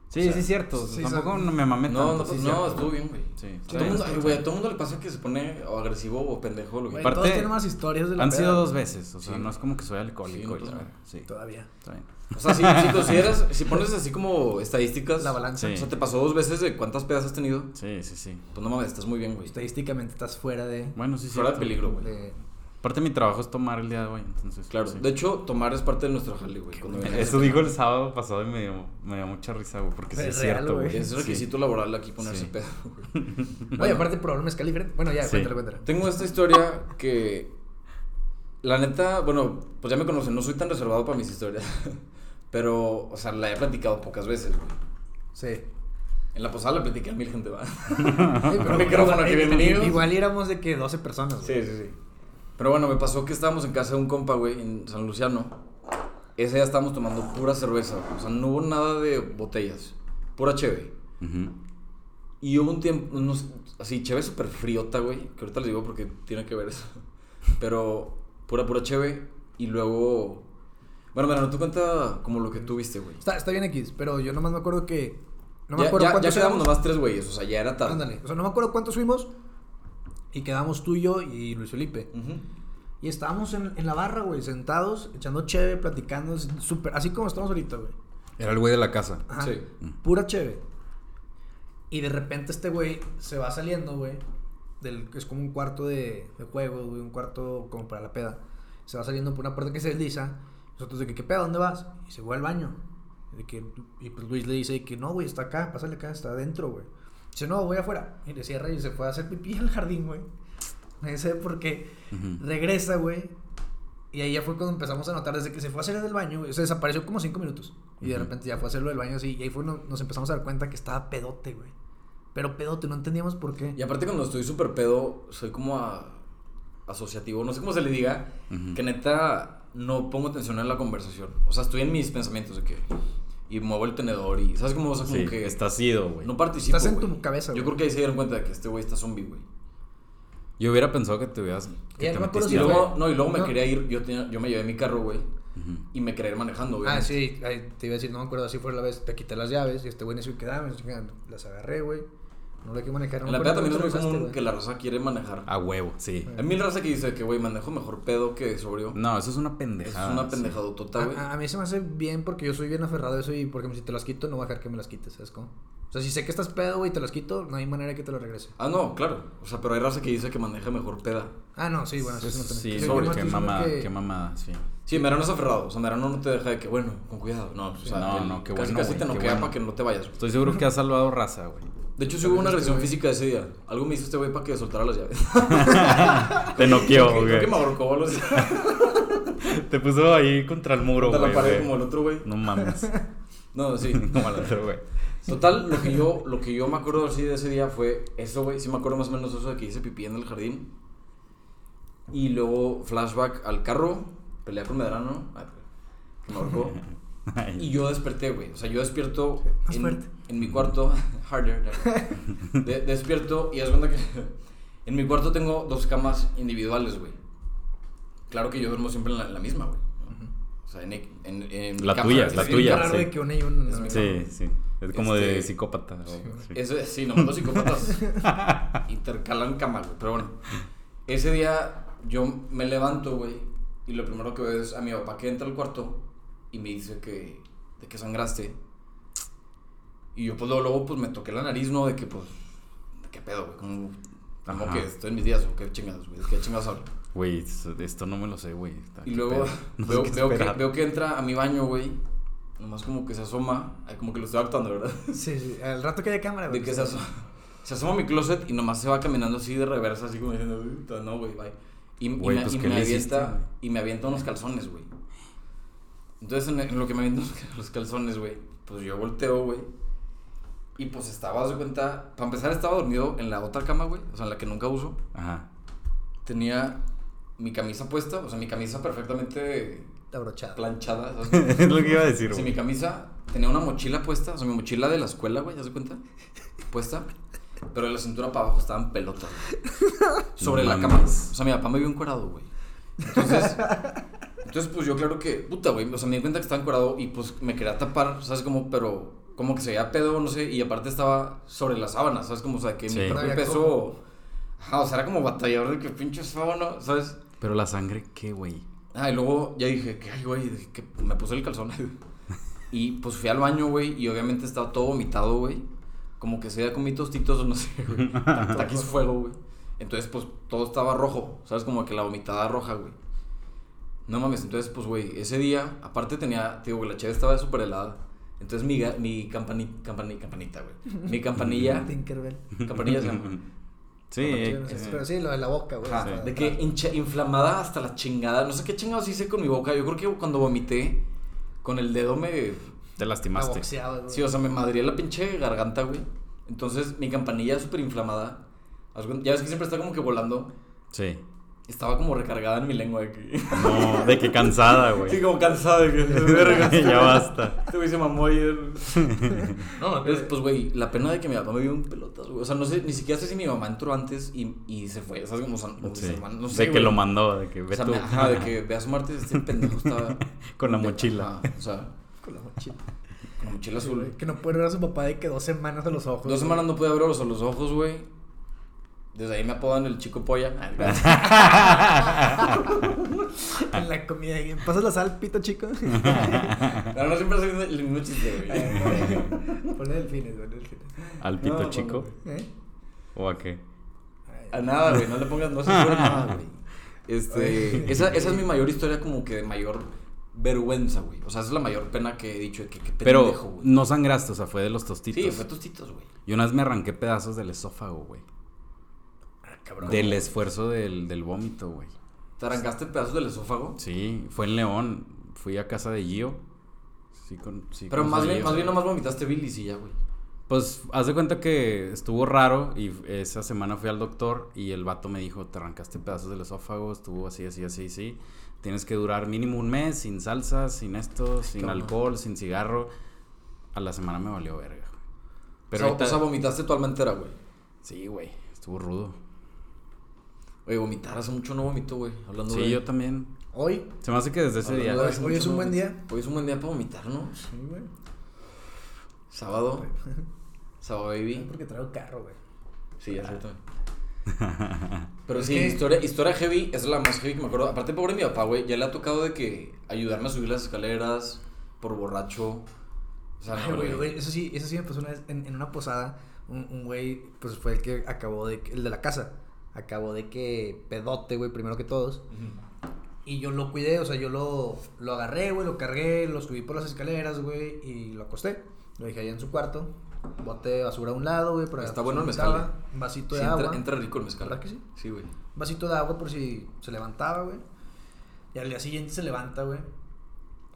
Speaker 2: Sí,
Speaker 1: O sea,
Speaker 2: sí, es cierto.
Speaker 3: sí,
Speaker 2: Tampoco
Speaker 3: son-
Speaker 2: me mamé
Speaker 1: No, no,
Speaker 2: tanto, sí, es
Speaker 1: no,
Speaker 2: cierto.
Speaker 1: estuvo bien, güey.
Speaker 2: Sí,
Speaker 1: A
Speaker 2: está
Speaker 1: todo
Speaker 2: bien,
Speaker 1: mundo-
Speaker 2: está
Speaker 1: ay,
Speaker 2: bien.
Speaker 1: güey, a todo mundo le pasa que se pone o agresivo o pendejo,
Speaker 3: Güey,
Speaker 1: güey.
Speaker 2: Aparte-
Speaker 3: todos tienen unas historias de la
Speaker 2: Han
Speaker 3: peda,
Speaker 2: sido dos
Speaker 3: güey,
Speaker 2: veces, o sea,
Speaker 1: Sí.
Speaker 2: no es como que soy
Speaker 1: Sí,
Speaker 2: alcohólico.
Speaker 1: no
Speaker 2: y
Speaker 1: pasa
Speaker 2: la-
Speaker 1: nada.
Speaker 2: Sí,
Speaker 3: Todavía.
Speaker 2: está bien.
Speaker 1: O sea, si, si consideras, si pones así como estadísticas.
Speaker 3: La balanza.
Speaker 1: O
Speaker 2: Sí.
Speaker 1: sea, te pasó dos veces de cuántas pedas has tenido.
Speaker 2: Sí, sí, sí.
Speaker 1: Pues no mames, estás muy bien, güey.
Speaker 3: Estadísticamente estás fuera de.
Speaker 2: Bueno, sí, sí.
Speaker 1: Fuera de peligro, güey.
Speaker 3: de-
Speaker 2: Aparte, mi trabajo es tomar el día de hoy, entonces.
Speaker 1: Claro.
Speaker 2: sí.
Speaker 1: De hecho, tomar es parte de nuestro jale, güey. cuando vienes.
Speaker 2: Eso dijo el sábado pasado y me dio, me dio mucha risa, güey, porque sí
Speaker 3: Es
Speaker 2: es
Speaker 3: real,
Speaker 2: cierto,
Speaker 3: güey.
Speaker 2: güey.
Speaker 1: Es requisito laboral aquí ponerse
Speaker 2: Sí.
Speaker 1: pedo, güey.
Speaker 3: Oye, aparte, probar mezcal diferente. Bueno, ya,
Speaker 2: Sí.
Speaker 3: cuéntale, cuéntale.
Speaker 1: Tengo esta historia que. La neta, bueno, pues ya me conocen, no soy tan reservado para mis historias. Pero, o sea, la he platicado pocas veces, güey.
Speaker 3: Sí.
Speaker 1: En la posada la platiqué a mil gente, va.
Speaker 3: Ay, pero-
Speaker 1: micrófono aquí,
Speaker 3: eh,
Speaker 1: bienvenidos.
Speaker 3: Igual éramos de que 12 personas. güey.
Speaker 1: Sí, sí, sí. Pero bueno, me pasó que estábamos en casa de un compa, güey, en San Luciano. Ese día estábamos tomando pura cerveza. güey. O sea, no hubo nada de botellas. Pura cheve.
Speaker 2: Ujú.
Speaker 1: Y hubo un tiempo, unos- así, cheve súper friota, güey. Que ahorita les digo porque tiene que ver eso. Pero pura, pura cheve. Y luego... Bueno, mira, no tú cuenta como lo que tú viste, güey.
Speaker 3: Está, está bien X, pero yo nomás me acuerdo que. No me
Speaker 1: ya,
Speaker 3: acuerdo
Speaker 1: ya-
Speaker 3: cuántos
Speaker 1: ya quedamos
Speaker 3: éramos.
Speaker 1: nomás tres güeyes, o sea, ya era tarde.
Speaker 3: Ándale. O sea, no me acuerdo cuántos fuimos. Y quedamos tú y yo y Luis Felipe.
Speaker 1: Ujú.
Speaker 3: Y estábamos en, en la barra, güey, sentados, echando cheve, platicando, súper, así como estamos ahorita, güey.
Speaker 2: Era el güey de la casa.
Speaker 3: Ajá.
Speaker 1: Sí.
Speaker 3: Pura cheve. Y de repente este güey se va saliendo, güey. Del, es como un cuarto de, de juego, güey. Un cuarto como para la peda. Se va saliendo por una puerta que se desliza. Nosotros de que, ¿qué pedo? ¿Dónde vas? Y se va al baño. Y, de que, y pues Luis le dice de que no, güey, está acá, pásale acá, está adentro, güey. Dice, no, voy afuera. Y le cierra y se fue a hacer pipí al jardín, güey. No sé por qué.
Speaker 2: Ujú.
Speaker 3: Regresa, güey. Y ahí ya fue cuando empezamos a notar desde que se fue a hacer del baño, güey. O sea, desapareció como cinco minutos. Y de
Speaker 2: Ujú.
Speaker 3: repente ya fue a hacerlo del baño así. Y ahí fue cuando nos empezamos a dar cuenta que estaba pedote, güey. Pero pedote, no entendíamos por qué.
Speaker 1: Y aparte cuando estoy súper pedo, soy como a- asociativo, no sé cómo se le diga,
Speaker 2: Ujú.
Speaker 1: que neta no pongo atención en la conversación. O sea, estoy en mis pensamientos de que... Y muevo el tenedor y... ¿Sabes cómo? O sea, como
Speaker 2: Sí,
Speaker 1: que...
Speaker 2: estás ido, güey.
Speaker 1: No participo,
Speaker 3: Estás en
Speaker 1: güey.
Speaker 3: tu cabeza,
Speaker 1: Yo
Speaker 3: güey.
Speaker 1: creo que ahí se dieron cuenta de que este güey está zombie, güey.
Speaker 2: Yo hubiera pensado que te hubieras. Que
Speaker 3: Ya
Speaker 2: te
Speaker 3: no me acuerdo
Speaker 1: Y
Speaker 3: Sí,
Speaker 2: metiste
Speaker 3: si
Speaker 2: algo.
Speaker 1: luego... No, y luego me
Speaker 3: No.
Speaker 1: quería ir, yo, tenía- yo me llevé mi carro, güey.
Speaker 2: Ujú.
Speaker 1: Y me quería ir manejando, güey.
Speaker 3: Ah, sí, ahí te iba a decir, no me acuerdo, así fue la vez, te quité las llaves y este güey necio que dame, no sé qué, las agarré, güey. No le que manejar. no
Speaker 1: En la
Speaker 3: me
Speaker 1: peda
Speaker 3: acuerdo
Speaker 1: también es muy
Speaker 3: cuánto
Speaker 1: común
Speaker 3: regresaste,
Speaker 1: que la raza quiere manejar.
Speaker 2: A huevo, sí.
Speaker 1: Hay mil raza que dice que, güey, manejo mejor pedo que sobrio.
Speaker 2: No, eso es una
Speaker 1: Eso
Speaker 2: pendejada.
Speaker 1: es una
Speaker 2: sí.
Speaker 1: pendejadotota, güey.
Speaker 3: güey. A, a mí se me hace bien porque yo soy bien aferrado a eso y, por ejemplo, si te las quito, no voy a dejar que me las quites, ¿sabes cómo? O sea, si sé que estás pedo, güey, y te las quito, no hay manera que te las regrese.
Speaker 1: Ah, no, claro. O sea, pero hay raza que dice que maneja mejor peda.
Speaker 3: Ah, no, sí, bueno, eso
Speaker 2: Eso
Speaker 3: sí, no tenés
Speaker 2: Sí,
Speaker 3: que-
Speaker 1: sobre
Speaker 3: yo
Speaker 2: qué
Speaker 3: estoy
Speaker 2: mamada,
Speaker 3: seguro que-
Speaker 2: qué mamada, sí.
Speaker 1: Sí, Merano es aferrado. O sea, Merano no te deja de que, bueno, con cuidado. No, pues, o sea,
Speaker 2: No,
Speaker 1: él
Speaker 2: no, qué
Speaker 1: casi,
Speaker 2: bueno,
Speaker 1: casi
Speaker 2: güey,
Speaker 1: te
Speaker 2: qué
Speaker 1: noquea
Speaker 2: bueno.
Speaker 1: para que no te vayas.
Speaker 2: Estoy seguro que has salvado raza, güey.
Speaker 1: De hecho, sí hubo una
Speaker 3: También este
Speaker 1: agresión
Speaker 3: güey-
Speaker 1: física ese día. Algo me hizo este güey para que soltara las llaves.
Speaker 2: Te noqueó,
Speaker 1: Creo que
Speaker 2: güey.
Speaker 1: me ahorcó los...
Speaker 2: Te puso ahí contra el muro,
Speaker 1: contra
Speaker 2: güey.
Speaker 1: la pared
Speaker 2: güey.
Speaker 1: como el otro güey.
Speaker 2: No mames.
Speaker 1: No, sí.
Speaker 2: Como al otro, güey.
Speaker 1: Total, lo que yo, lo que yo me acuerdo así de ese día fue eso, güey. Sí me acuerdo más o menos eso de que hice pipí en el jardín. Y luego flashback al carro, pelea con Medrano, ah, que me ahorcó.
Speaker 2: Ay,
Speaker 1: Y yo desperté, güey. O sea, yo despierto
Speaker 3: Más
Speaker 1: en,
Speaker 3: fuerte.
Speaker 1: en mi cuarto. harder. harder. De- despierto y haz cuenta que en mi cuarto tengo dos camas individuales, güey. Claro que yo duermo siempre en la, en la misma, güey. ¿no? O sea, en, en, en mi
Speaker 2: La
Speaker 1: cama,
Speaker 2: tuya,
Speaker 1: güey.
Speaker 2: la
Speaker 3: Es
Speaker 1: Sí,
Speaker 3: bien
Speaker 2: tuya,
Speaker 3: raro,
Speaker 2: sí.
Speaker 3: güey, que una y una.
Speaker 1: Es
Speaker 3: ¿no?
Speaker 1: mi-
Speaker 2: Sí, sí. Es como de
Speaker 1: Este-
Speaker 2: psicópata. o- sí.
Speaker 1: Eso es, sí, nomás los psicópatas intercalan camas, güey. Pero bueno, ese día yo me levanto, güey, y lo primero que veo es a mi papá que entra al cuarto y me dice que, de que sangraste. Y yo, pues luego, luego, pues me toqué la nariz, ¿no? De que, pues, de qué pedo, güey. Como, como
Speaker 2: Ajá.
Speaker 1: que estoy en mis días, o qué chingados, güey. ¿Qué chingados hablo?
Speaker 2: Güey, esto esto no me lo sé, güey. Está-
Speaker 1: Y
Speaker 2: Ah, qué
Speaker 1: luego
Speaker 2: pedo. No sé
Speaker 1: veo,
Speaker 2: qué
Speaker 1: veo que,
Speaker 2: esperar.
Speaker 1: veo que entra a mi baño, güey. Nomás como que se asoma, ay, como que lo estoy adaptando, ¿verdad?
Speaker 3: Sí, sí, al rato que haya cámara, güey.
Speaker 1: De que se asoma, se asoma a mi closet y nomás se va caminando así de reversa, así como diciendo, "Uta, no, güey, bye. Y, y
Speaker 2: Güey,
Speaker 1: me,
Speaker 2: pues,
Speaker 1: y
Speaker 2: ¿qué
Speaker 1: me
Speaker 2: le hiciste,
Speaker 1: avienta,
Speaker 2: güey?
Speaker 1: y me avienta unos calzones, güey. Entonces, en, en lo que me avientan los calzones, güey, pues yo volteo, güey. Y pues estaba, haz de cuenta, para empezar estaba dormido en la otra cama, güey, o sea, en la que nunca uso.
Speaker 2: Ajá.
Speaker 1: Tenía mi camisa puesta, o sea, mi camisa perfectamente
Speaker 3: Abrochado.
Speaker 1: planchada. ¿sabes?
Speaker 2: Es lo que iba a decir,
Speaker 1: Sí,
Speaker 2: güey.
Speaker 1: Pues mi camisa tenía una mochila puesta, o sea, mi mochila de la escuela, güey, ¿ya se cuenta? Puesta, pero de la cintura para abajo estaban pelotas, güey. Sobre
Speaker 2: No
Speaker 1: la cama.
Speaker 2: mames.
Speaker 1: O sea, mi papá me vio encuerado, güey. Entonces, entonces, pues yo claro que, puta, güey, o sea, me di cuenta que estaba encuerado y pues me quería tapar, ¿sabes cómo? Pero como que se veía pedo, no sé, y aparte estaba sobre las sábanas, ¿sabes? Como, o sea, que
Speaker 2: Sí.
Speaker 1: mi
Speaker 2: No
Speaker 1: propio
Speaker 3: había
Speaker 1: peso.
Speaker 3: cómo.
Speaker 1: Ajá, o sea, era como batallador de que pinche sábana, ¿sabes?
Speaker 2: Pero la sangre, ¿qué, güey?
Speaker 1: Ah, y luego ya dije, que ay, güey, de que me puse el calzón. y pues fui al baño, güey, y obviamente estaba todo vomitado, güey. Como que se veía con mis tostitos, no sé, güey. Hasta aquí su fuego, güey. Entonces, pues todo estaba rojo, ¿sabes? Como que la vomitada roja, güey. No mames, entonces, pues, güey, ese día, aparte tenía, te digo, güey, la cheve estaba súper helada. Entonces, mi, ga- mi campani, campani- campanita, güey. Mi campanilla,
Speaker 3: Tinkerbell.
Speaker 1: campanilla se llama.
Speaker 2: Sí, eh,
Speaker 3: Pero sí,
Speaker 2: eh,
Speaker 3: Pero sí, lo de la boca, güey.
Speaker 1: Ajá,
Speaker 3: o sea,
Speaker 1: de que hincha- inflamada hasta la chingada. No sé qué chingados hice con mi boca. Yo creo que cuando vomité, con el dedo me.
Speaker 2: te
Speaker 3: la
Speaker 2: lastimaste.
Speaker 3: boxeaba, güey.
Speaker 1: Sí, o sea, me madría la pinche garganta, güey. Entonces mi campanilla súper inflamada. haz cuenta- Ya ves que siempre está como que volando.
Speaker 2: Sí.
Speaker 1: Estaba como recargada en mi lengua. De que...
Speaker 2: No, de que cansada,
Speaker 1: Sí,
Speaker 2: güey.
Speaker 1: como cansada. De que...
Speaker 2: ya basta.
Speaker 1: Este güey se mamó ayer. No, entonces, pues, güey, la pena de que mi papá me vio en pelotas, güey. O sea, no sé, ni siquiera sé si mi mamá entró antes y, y se fue. ¿Sabes? Como, son- como
Speaker 2: Sí.
Speaker 1: mis hermanos, no sé,
Speaker 2: de que
Speaker 1: güey.
Speaker 2: lo mandó, de que
Speaker 1: O
Speaker 2: ve
Speaker 1: sea,
Speaker 2: tú.
Speaker 1: me- ajá, de que ve a asomarte este pendejo está...
Speaker 2: Con la mochila.
Speaker 1: Ajá, o sea,
Speaker 3: Con la mochila.
Speaker 1: con la mochila
Speaker 3: Sí,
Speaker 1: azul.
Speaker 3: güey, Que no puede ver a su papá de que dos semanas a los ojos.
Speaker 1: Dos
Speaker 3: güey.
Speaker 1: semanas no pude abrir los, los ojos, güey. Desde ahí me apodan el chico polla. Ay, gracias.
Speaker 3: En la comida. y, ¿Pasas la sal, pito, chico?
Speaker 1: Pero no siempre soy el mismo chiste, güey.
Speaker 3: Ponle delfines, güey, delfines.
Speaker 2: ¿Al pito
Speaker 1: No, no,
Speaker 2: chico?
Speaker 1: no.
Speaker 3: ¿Eh?
Speaker 2: ¿O a qué?
Speaker 1: A nada, güey, no le pongas, no se pone nada, güey. Este,
Speaker 3: Oye.
Speaker 1: esa, esa es mi mayor historia como que de mayor vergüenza, güey. O sea, esa es la mayor pena que he dicho, de que qué pendejo,
Speaker 2: Pero
Speaker 1: güey.
Speaker 2: no sangraste, o sea, fue de los tostitos.
Speaker 1: Sí, fue tostitos, güey.
Speaker 2: Y una vez me arranqué pedazos del esófago, güey.
Speaker 1: Cabrón.
Speaker 2: Del esfuerzo del, del vómito, güey.
Speaker 1: ¿Te arrancaste pedazos del esófago?
Speaker 2: Sí, fue en León. Fui a casa de Gio. Sí, con, sí
Speaker 1: Pero
Speaker 2: conocí
Speaker 1: más
Speaker 2: a
Speaker 1: bien,
Speaker 2: Gio.
Speaker 1: más bien nomás vomitaste bilis y ya, güey.
Speaker 2: Pues, haz de cuenta que estuvo raro y esa semana fui al doctor y el vato me dijo, te arrancaste pedazos del esófago, estuvo así, así, así, así. Tienes que durar mínimo un mes sin salsa, sin esto, sin
Speaker 1: cabrón.
Speaker 2: alcohol, sin cigarro. A la semana me valió verga. güey.
Speaker 1: o,
Speaker 2: Pero
Speaker 1: sea,
Speaker 2: ahorita-
Speaker 1: o sea, vomitaste tu alma entera, güey.
Speaker 2: Sí, güey, estuvo rudo.
Speaker 1: Oye, vomitar hace mucho no vomito, güey. Hablando de.
Speaker 2: Sí, yo también.
Speaker 3: Hoy.
Speaker 2: Se me hace que desde ese
Speaker 1: hablando
Speaker 2: día...
Speaker 1: de
Speaker 3: Hoy-
Speaker 1: hace
Speaker 3: hoy
Speaker 1: mucho
Speaker 3: es un
Speaker 1: no
Speaker 3: buen
Speaker 1: vomito.
Speaker 3: día.
Speaker 1: Hoy es un buen día para vomitar, ¿no?
Speaker 3: Sí, güey.
Speaker 1: Sábado. Sábado,
Speaker 3: Sí,
Speaker 1: baby.
Speaker 3: Porque traigo carro, güey.
Speaker 1: Sí, ya sé también. Pero
Speaker 3: Es
Speaker 1: sí,
Speaker 3: que-
Speaker 1: historia, historia heavy es la más heavy que me acuerdo. Aparte, pobre mi papá, güey. Ya le ha tocado de que ayudarme a subir las escaleras por borracho. O sea,
Speaker 3: Ay,
Speaker 1: no,
Speaker 3: güey, güey, eso sí, eso sí me pasó una vez en, en una posada. Un, un güey, pues fue el que acabó de. que- El de la casa. Acabó de que pedote, güey, primero que todos.
Speaker 1: Ujú.
Speaker 3: Y yo lo cuidé, o sea, yo lo, lo agarré, güey, lo cargué, lo subí por las escaleras, güey, y lo acosté. Lo dejé allá en su cuarto. Bote de basura a un lado, güey, pero
Speaker 1: Está bueno el mezcal, ¿eh?
Speaker 3: Un vasito
Speaker 1: Sí,
Speaker 3: de
Speaker 1: entra,
Speaker 3: agua.
Speaker 1: entra rico el mezcal.
Speaker 3: ¿Verdad que sí?
Speaker 1: Sí, güey.
Speaker 3: vasito de agua por si se levantaba, güey. Y al día siguiente se levanta, güey.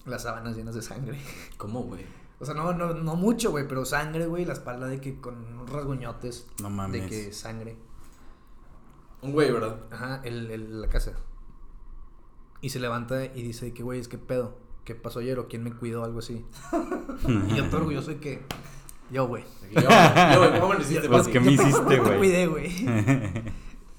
Speaker 3: Las sábanas llenas de sangre.
Speaker 1: ¿Cómo, güey?
Speaker 3: O sea, no, no, no mucho, güey, pero sangre, güey. La espalda de que con unos rasguñotes.
Speaker 2: No mames.
Speaker 3: De que sangre.
Speaker 1: Un güey, ¿verdad?
Speaker 3: Ajá, el, el- la casa. Y se levanta y dice de que, güey, es que pedo. ¿Qué pasó ayer o quién me cuidó? Algo así. Y yo todo orgulloso de que... Yo, güey.
Speaker 1: De que, Yo, yo, güey, ¿cómo me lo hiciste,
Speaker 2: Pues
Speaker 1: papi?
Speaker 2: que me hiciste,
Speaker 3: Te
Speaker 2: güey.
Speaker 3: cuidé, güey.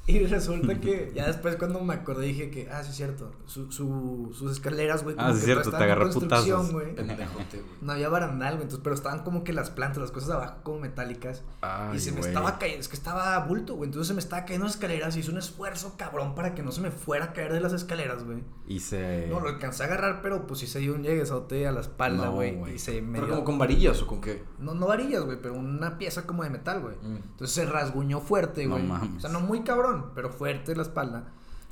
Speaker 3: Y resulta que ya después cuando me acordé dije que, ah, sí es cierto, su, su- sus escaleras, güey, como
Speaker 2: Ah, sí
Speaker 3: que
Speaker 2: es cierto,
Speaker 3: todavía
Speaker 2: te
Speaker 3: estaban
Speaker 2: agarró
Speaker 3: en
Speaker 2: putazos.
Speaker 3: construcción, güey.
Speaker 1: Pendejote, güey.
Speaker 3: No había barandal, güey, entonces, pero estaban como que las plantas, las cosas de abajo como metálicas.
Speaker 2: Ay,
Speaker 3: y se me
Speaker 2: güey.
Speaker 3: estaba cayendo, es que estaba a bulto, güey, entonces se me estaba cayendo las escaleras y hice un esfuerzo cabrón para que no se me fuera a caer de las escaleras, güey.
Speaker 2: Y se...
Speaker 3: No, lo alcancé a agarrar, pero pues sí se dio un lleguesote a la espalda,
Speaker 2: No,
Speaker 3: güey,
Speaker 2: güey.
Speaker 3: y se me
Speaker 1: Pero
Speaker 3: dio-
Speaker 1: como con varillas o con qué?
Speaker 3: No, no varillas, güey, pero una pieza como de metal, güey.
Speaker 1: Mm.
Speaker 3: Entonces se rasguñó fuerte,
Speaker 2: No
Speaker 3: güey.
Speaker 2: mames.
Speaker 3: o sea, no muy cabrón, pero fuerte la espalda.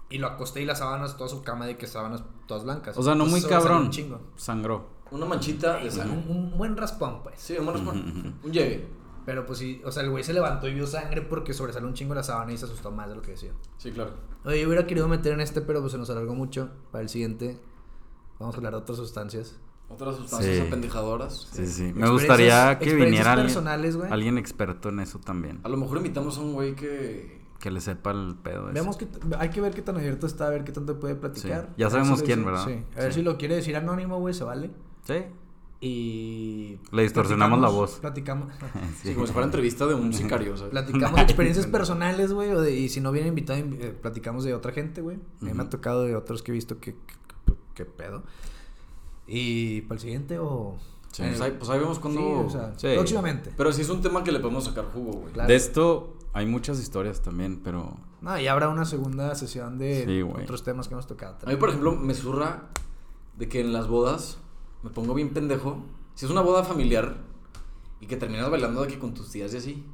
Speaker 3: Y lo acosté y las sábanas, toda su cama de que sábanas todas blancas.
Speaker 2: O sea, no
Speaker 3: Entonces,
Speaker 2: muy
Speaker 3: eso va a ser
Speaker 2: cabrón.
Speaker 3: Un chingo.
Speaker 2: Sangró.
Speaker 1: Una manchita de
Speaker 3: O sea,
Speaker 1: sangre.
Speaker 3: un, un buen raspón, pues.
Speaker 1: Sí, un raspón. Un llegue.
Speaker 3: Pero pues sí, o sea, el güey se levantó y vio sangre porque sobresalió un chingo la sábana y se asustó más de lo que decía.
Speaker 1: Sí, claro.
Speaker 3: Oye, yo hubiera querido meter en este, pero pues se nos alargó mucho. Para el siguiente, vamos a hablar de otras sustancias.
Speaker 1: Otras sustancias
Speaker 2: Sí.
Speaker 1: apendejadoras.
Speaker 2: Sí, sí. Me
Speaker 3: Experiencias-
Speaker 2: gustaría que
Speaker 3: experiencias
Speaker 2: viniera
Speaker 3: personales,
Speaker 2: alguien,
Speaker 3: güey.
Speaker 2: alguien experto en eso también.
Speaker 1: A lo mejor invitamos a un güey que.
Speaker 2: Que le sepa el pedo. ese.
Speaker 3: Veamos que hay que ver qué tan abierto está, a ver qué tanto puede platicar.
Speaker 2: Ya
Speaker 3: A ver
Speaker 2: sabemos
Speaker 3: lo
Speaker 2: quién,
Speaker 3: dice-
Speaker 2: ¿verdad?
Speaker 3: Sí. A ver
Speaker 2: Sí.
Speaker 3: si lo quiere decir anónimo, güey, se vale.
Speaker 2: Sí.
Speaker 3: Y.
Speaker 2: Le distorsionamos la
Speaker 3: platicamos-
Speaker 2: voz.
Speaker 3: Platicamos.
Speaker 1: Sí, como si fuera entrevista de un sicario, ¿sabes?
Speaker 3: platicamos de experiencias personales, güey. o de- Y si no viene invitado, inv- eh, platicamos de otra gente, güey. A mí Me
Speaker 2: Ujú.
Speaker 3: ha tocado de otros que he visto que. que- que- que pedo. Y para el siguiente, o.
Speaker 2: Sí.
Speaker 1: Pues, ahí, pues ahí vemos cuando...
Speaker 3: Sí, o sea,
Speaker 2: Sí.
Speaker 3: próximamente.
Speaker 1: Pero sí es un tema que le podemos sacar jugo, güey.
Speaker 3: Claro.
Speaker 2: De esto hay muchas historias también, pero
Speaker 3: No, y habrá una segunda sesión de
Speaker 2: Sí, güey.
Speaker 3: Eh, otros temas que hemos tocado.
Speaker 1: A mí, por ejemplo, me zurra de que en las bodas me pongo bien pendejo. Si es una boda familiar y que terminas bailando de que con tus tías y así.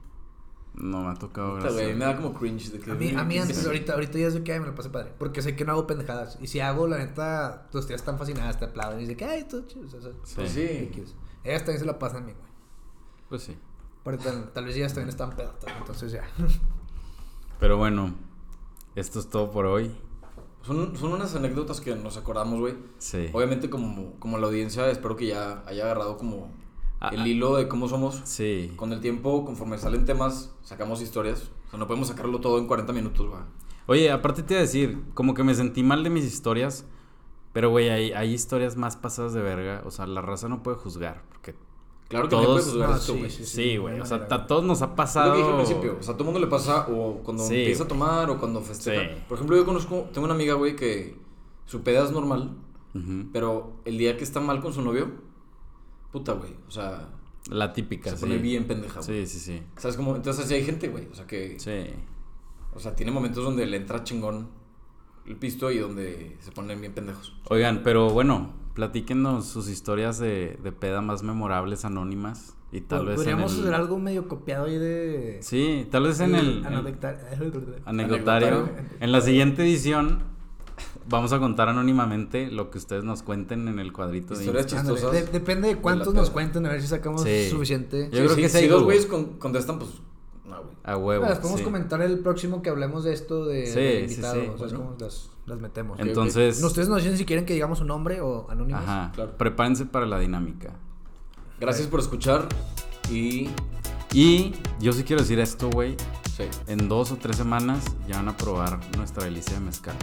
Speaker 2: no me ha tocado.
Speaker 1: Puta, güey,
Speaker 2: gracias.
Speaker 1: me da como cringe de que...
Speaker 3: A mí, a mí
Speaker 1: que-
Speaker 3: antes, ahorita, ahorita ya es de que ay, me lo pasé padre. Porque sé que no hago pendejadas. Y si hago, la neta, tus tías están fascinadas, te aplauden y dicen que, ay, tú, chido", o sea,
Speaker 2: Sí.
Speaker 1: Pues sí.
Speaker 3: X. Ellas también se la pasan bien, güey.
Speaker 2: Pues sí.
Speaker 3: Pero tal, tal vez ellas también están pedotas, entonces ya.
Speaker 2: Pero bueno, esto es todo por hoy.
Speaker 1: Son, son unas anécdotas que nos acordamos, güey.
Speaker 2: Sí.
Speaker 1: Obviamente, como, como la audiencia, espero que ya haya agarrado como
Speaker 2: Ah,
Speaker 1: el
Speaker 2: ah.
Speaker 1: hilo de cómo somos.
Speaker 2: Sí.
Speaker 1: Con el tiempo, conforme salen temas, sacamos historias. O sea, no podemos sacarlo todo en 40 minutos, va.
Speaker 2: Oye, aparte te iba a decir, como que me sentí mal de mis historias, pero güey, hay, hay historias más pasadas de verga. O sea, la raza no puede juzgar, porque
Speaker 1: Claro que
Speaker 2: Todos-
Speaker 1: no puedes juzgar
Speaker 3: No,
Speaker 1: esto,
Speaker 3: sí,
Speaker 1: güey.
Speaker 3: sí,
Speaker 2: sí, güey.
Speaker 3: no hay
Speaker 2: o sea,
Speaker 3: manera,
Speaker 2: a todos nos ha
Speaker 1: Es
Speaker 2: pasado.
Speaker 1: lo que dije al principio. O sea, a todo mundo le pasa o cuando
Speaker 2: Sí,
Speaker 1: empieza
Speaker 2: güey.
Speaker 1: a tomar o cuando festeja.
Speaker 2: Sí.
Speaker 1: Por ejemplo, yo conozco, tengo una amiga, güey, que su peda es normal,
Speaker 2: Ujú.
Speaker 1: pero el día que está mal con su novio, puta, güey. O sea,
Speaker 2: La típica,
Speaker 1: se
Speaker 2: sí.
Speaker 1: pone bien pendeja, güey.
Speaker 2: Sí, sí, sí.
Speaker 1: ¿Sabes cómo? Entonces, así hay gente, güey. O sea, que.
Speaker 2: Sí.
Speaker 1: O sea, tiene momentos donde le entra chingón el pisto y donde se ponen bien pendejos.
Speaker 2: Oigan, pero bueno, platíquenos sus historias de, de peda más memorables, anónimas. Y tal vez. en
Speaker 3: Podríamos
Speaker 2: el-
Speaker 3: hacer algo medio copiado ahí de.
Speaker 2: Sí, tal vez en el. en-
Speaker 3: Anecdotar-
Speaker 2: Anecdotario.
Speaker 1: Anecdotario.
Speaker 2: En la siguiente edición vamos a contar anónimamente lo que ustedes nos cuenten en el cuadrito de
Speaker 1: Historias
Speaker 2: Insta.
Speaker 3: Ándale,
Speaker 1: chistosas.
Speaker 3: de- depende de cuántos
Speaker 1: peda.
Speaker 3: nos cuenten, a ver si sacamos
Speaker 2: Sí.
Speaker 3: suficiente.
Speaker 2: Yo
Speaker 1: Sí,
Speaker 2: creo
Speaker 1: sí,
Speaker 2: que sí
Speaker 1: si
Speaker 2: hay
Speaker 1: dos
Speaker 2: Google.
Speaker 1: güeyes con- contestan, pues. No, güey.
Speaker 2: A huevo.
Speaker 3: Las podemos
Speaker 2: sí.
Speaker 3: comentar el próximo que hablemos de esto de,
Speaker 2: Sí,
Speaker 3: del
Speaker 2: sí,
Speaker 3: invitado.
Speaker 2: sí.
Speaker 3: O sea, es
Speaker 1: Bueno.
Speaker 3: como las, las metemos.
Speaker 1: En-
Speaker 2: Entonces,
Speaker 3: Ustedes nos dicen si quieren que digamos un nombre o anónimos.
Speaker 2: ajá,
Speaker 1: Claro.
Speaker 2: prepárense para la dinámica.
Speaker 1: Gracias por escuchar y.
Speaker 2: Y yo sí quiero decir esto, güey.
Speaker 1: Sí.
Speaker 2: En dos o tres semanas ya van a probar nuestra delicia de mezcal.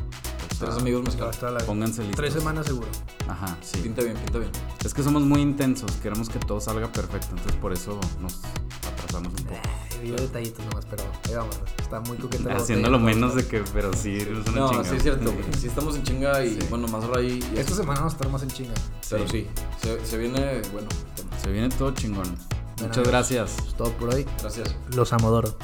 Speaker 2: O sea,
Speaker 1: Tres amigos
Speaker 3: Va a
Speaker 2: Ah.
Speaker 1: mezcal.
Speaker 3: estar la-
Speaker 2: Pónganse listos.
Speaker 3: Tres semanas seguro.
Speaker 2: Ajá, sí.
Speaker 1: Pinta bien, pinta bien.
Speaker 2: Es que somos muy intensos, queremos que todo salga perfecto, entonces por eso nos atrasamos un poco.
Speaker 3: Ay, vi detallitos nomás, pero ahí vamos. Está muy coqueta la
Speaker 2: Haciendo
Speaker 3: botella.
Speaker 2: lo menos de que, pero sí, es una
Speaker 1: No,
Speaker 2: chingada.
Speaker 1: sí es cierto, güey. Sí estamos en chinga y
Speaker 2: Sí.
Speaker 1: bueno, más raí. Y
Speaker 3: Esta semana vamos a estar más en chinga.
Speaker 1: Pero
Speaker 2: Sí.
Speaker 1: sí, se, se viene, bueno, tema.
Speaker 2: Se viene todo chingón. Muchas
Speaker 3: amigos.
Speaker 2: gracias.
Speaker 3: Es todo por hoy.
Speaker 1: gracias.
Speaker 3: Los amodoro.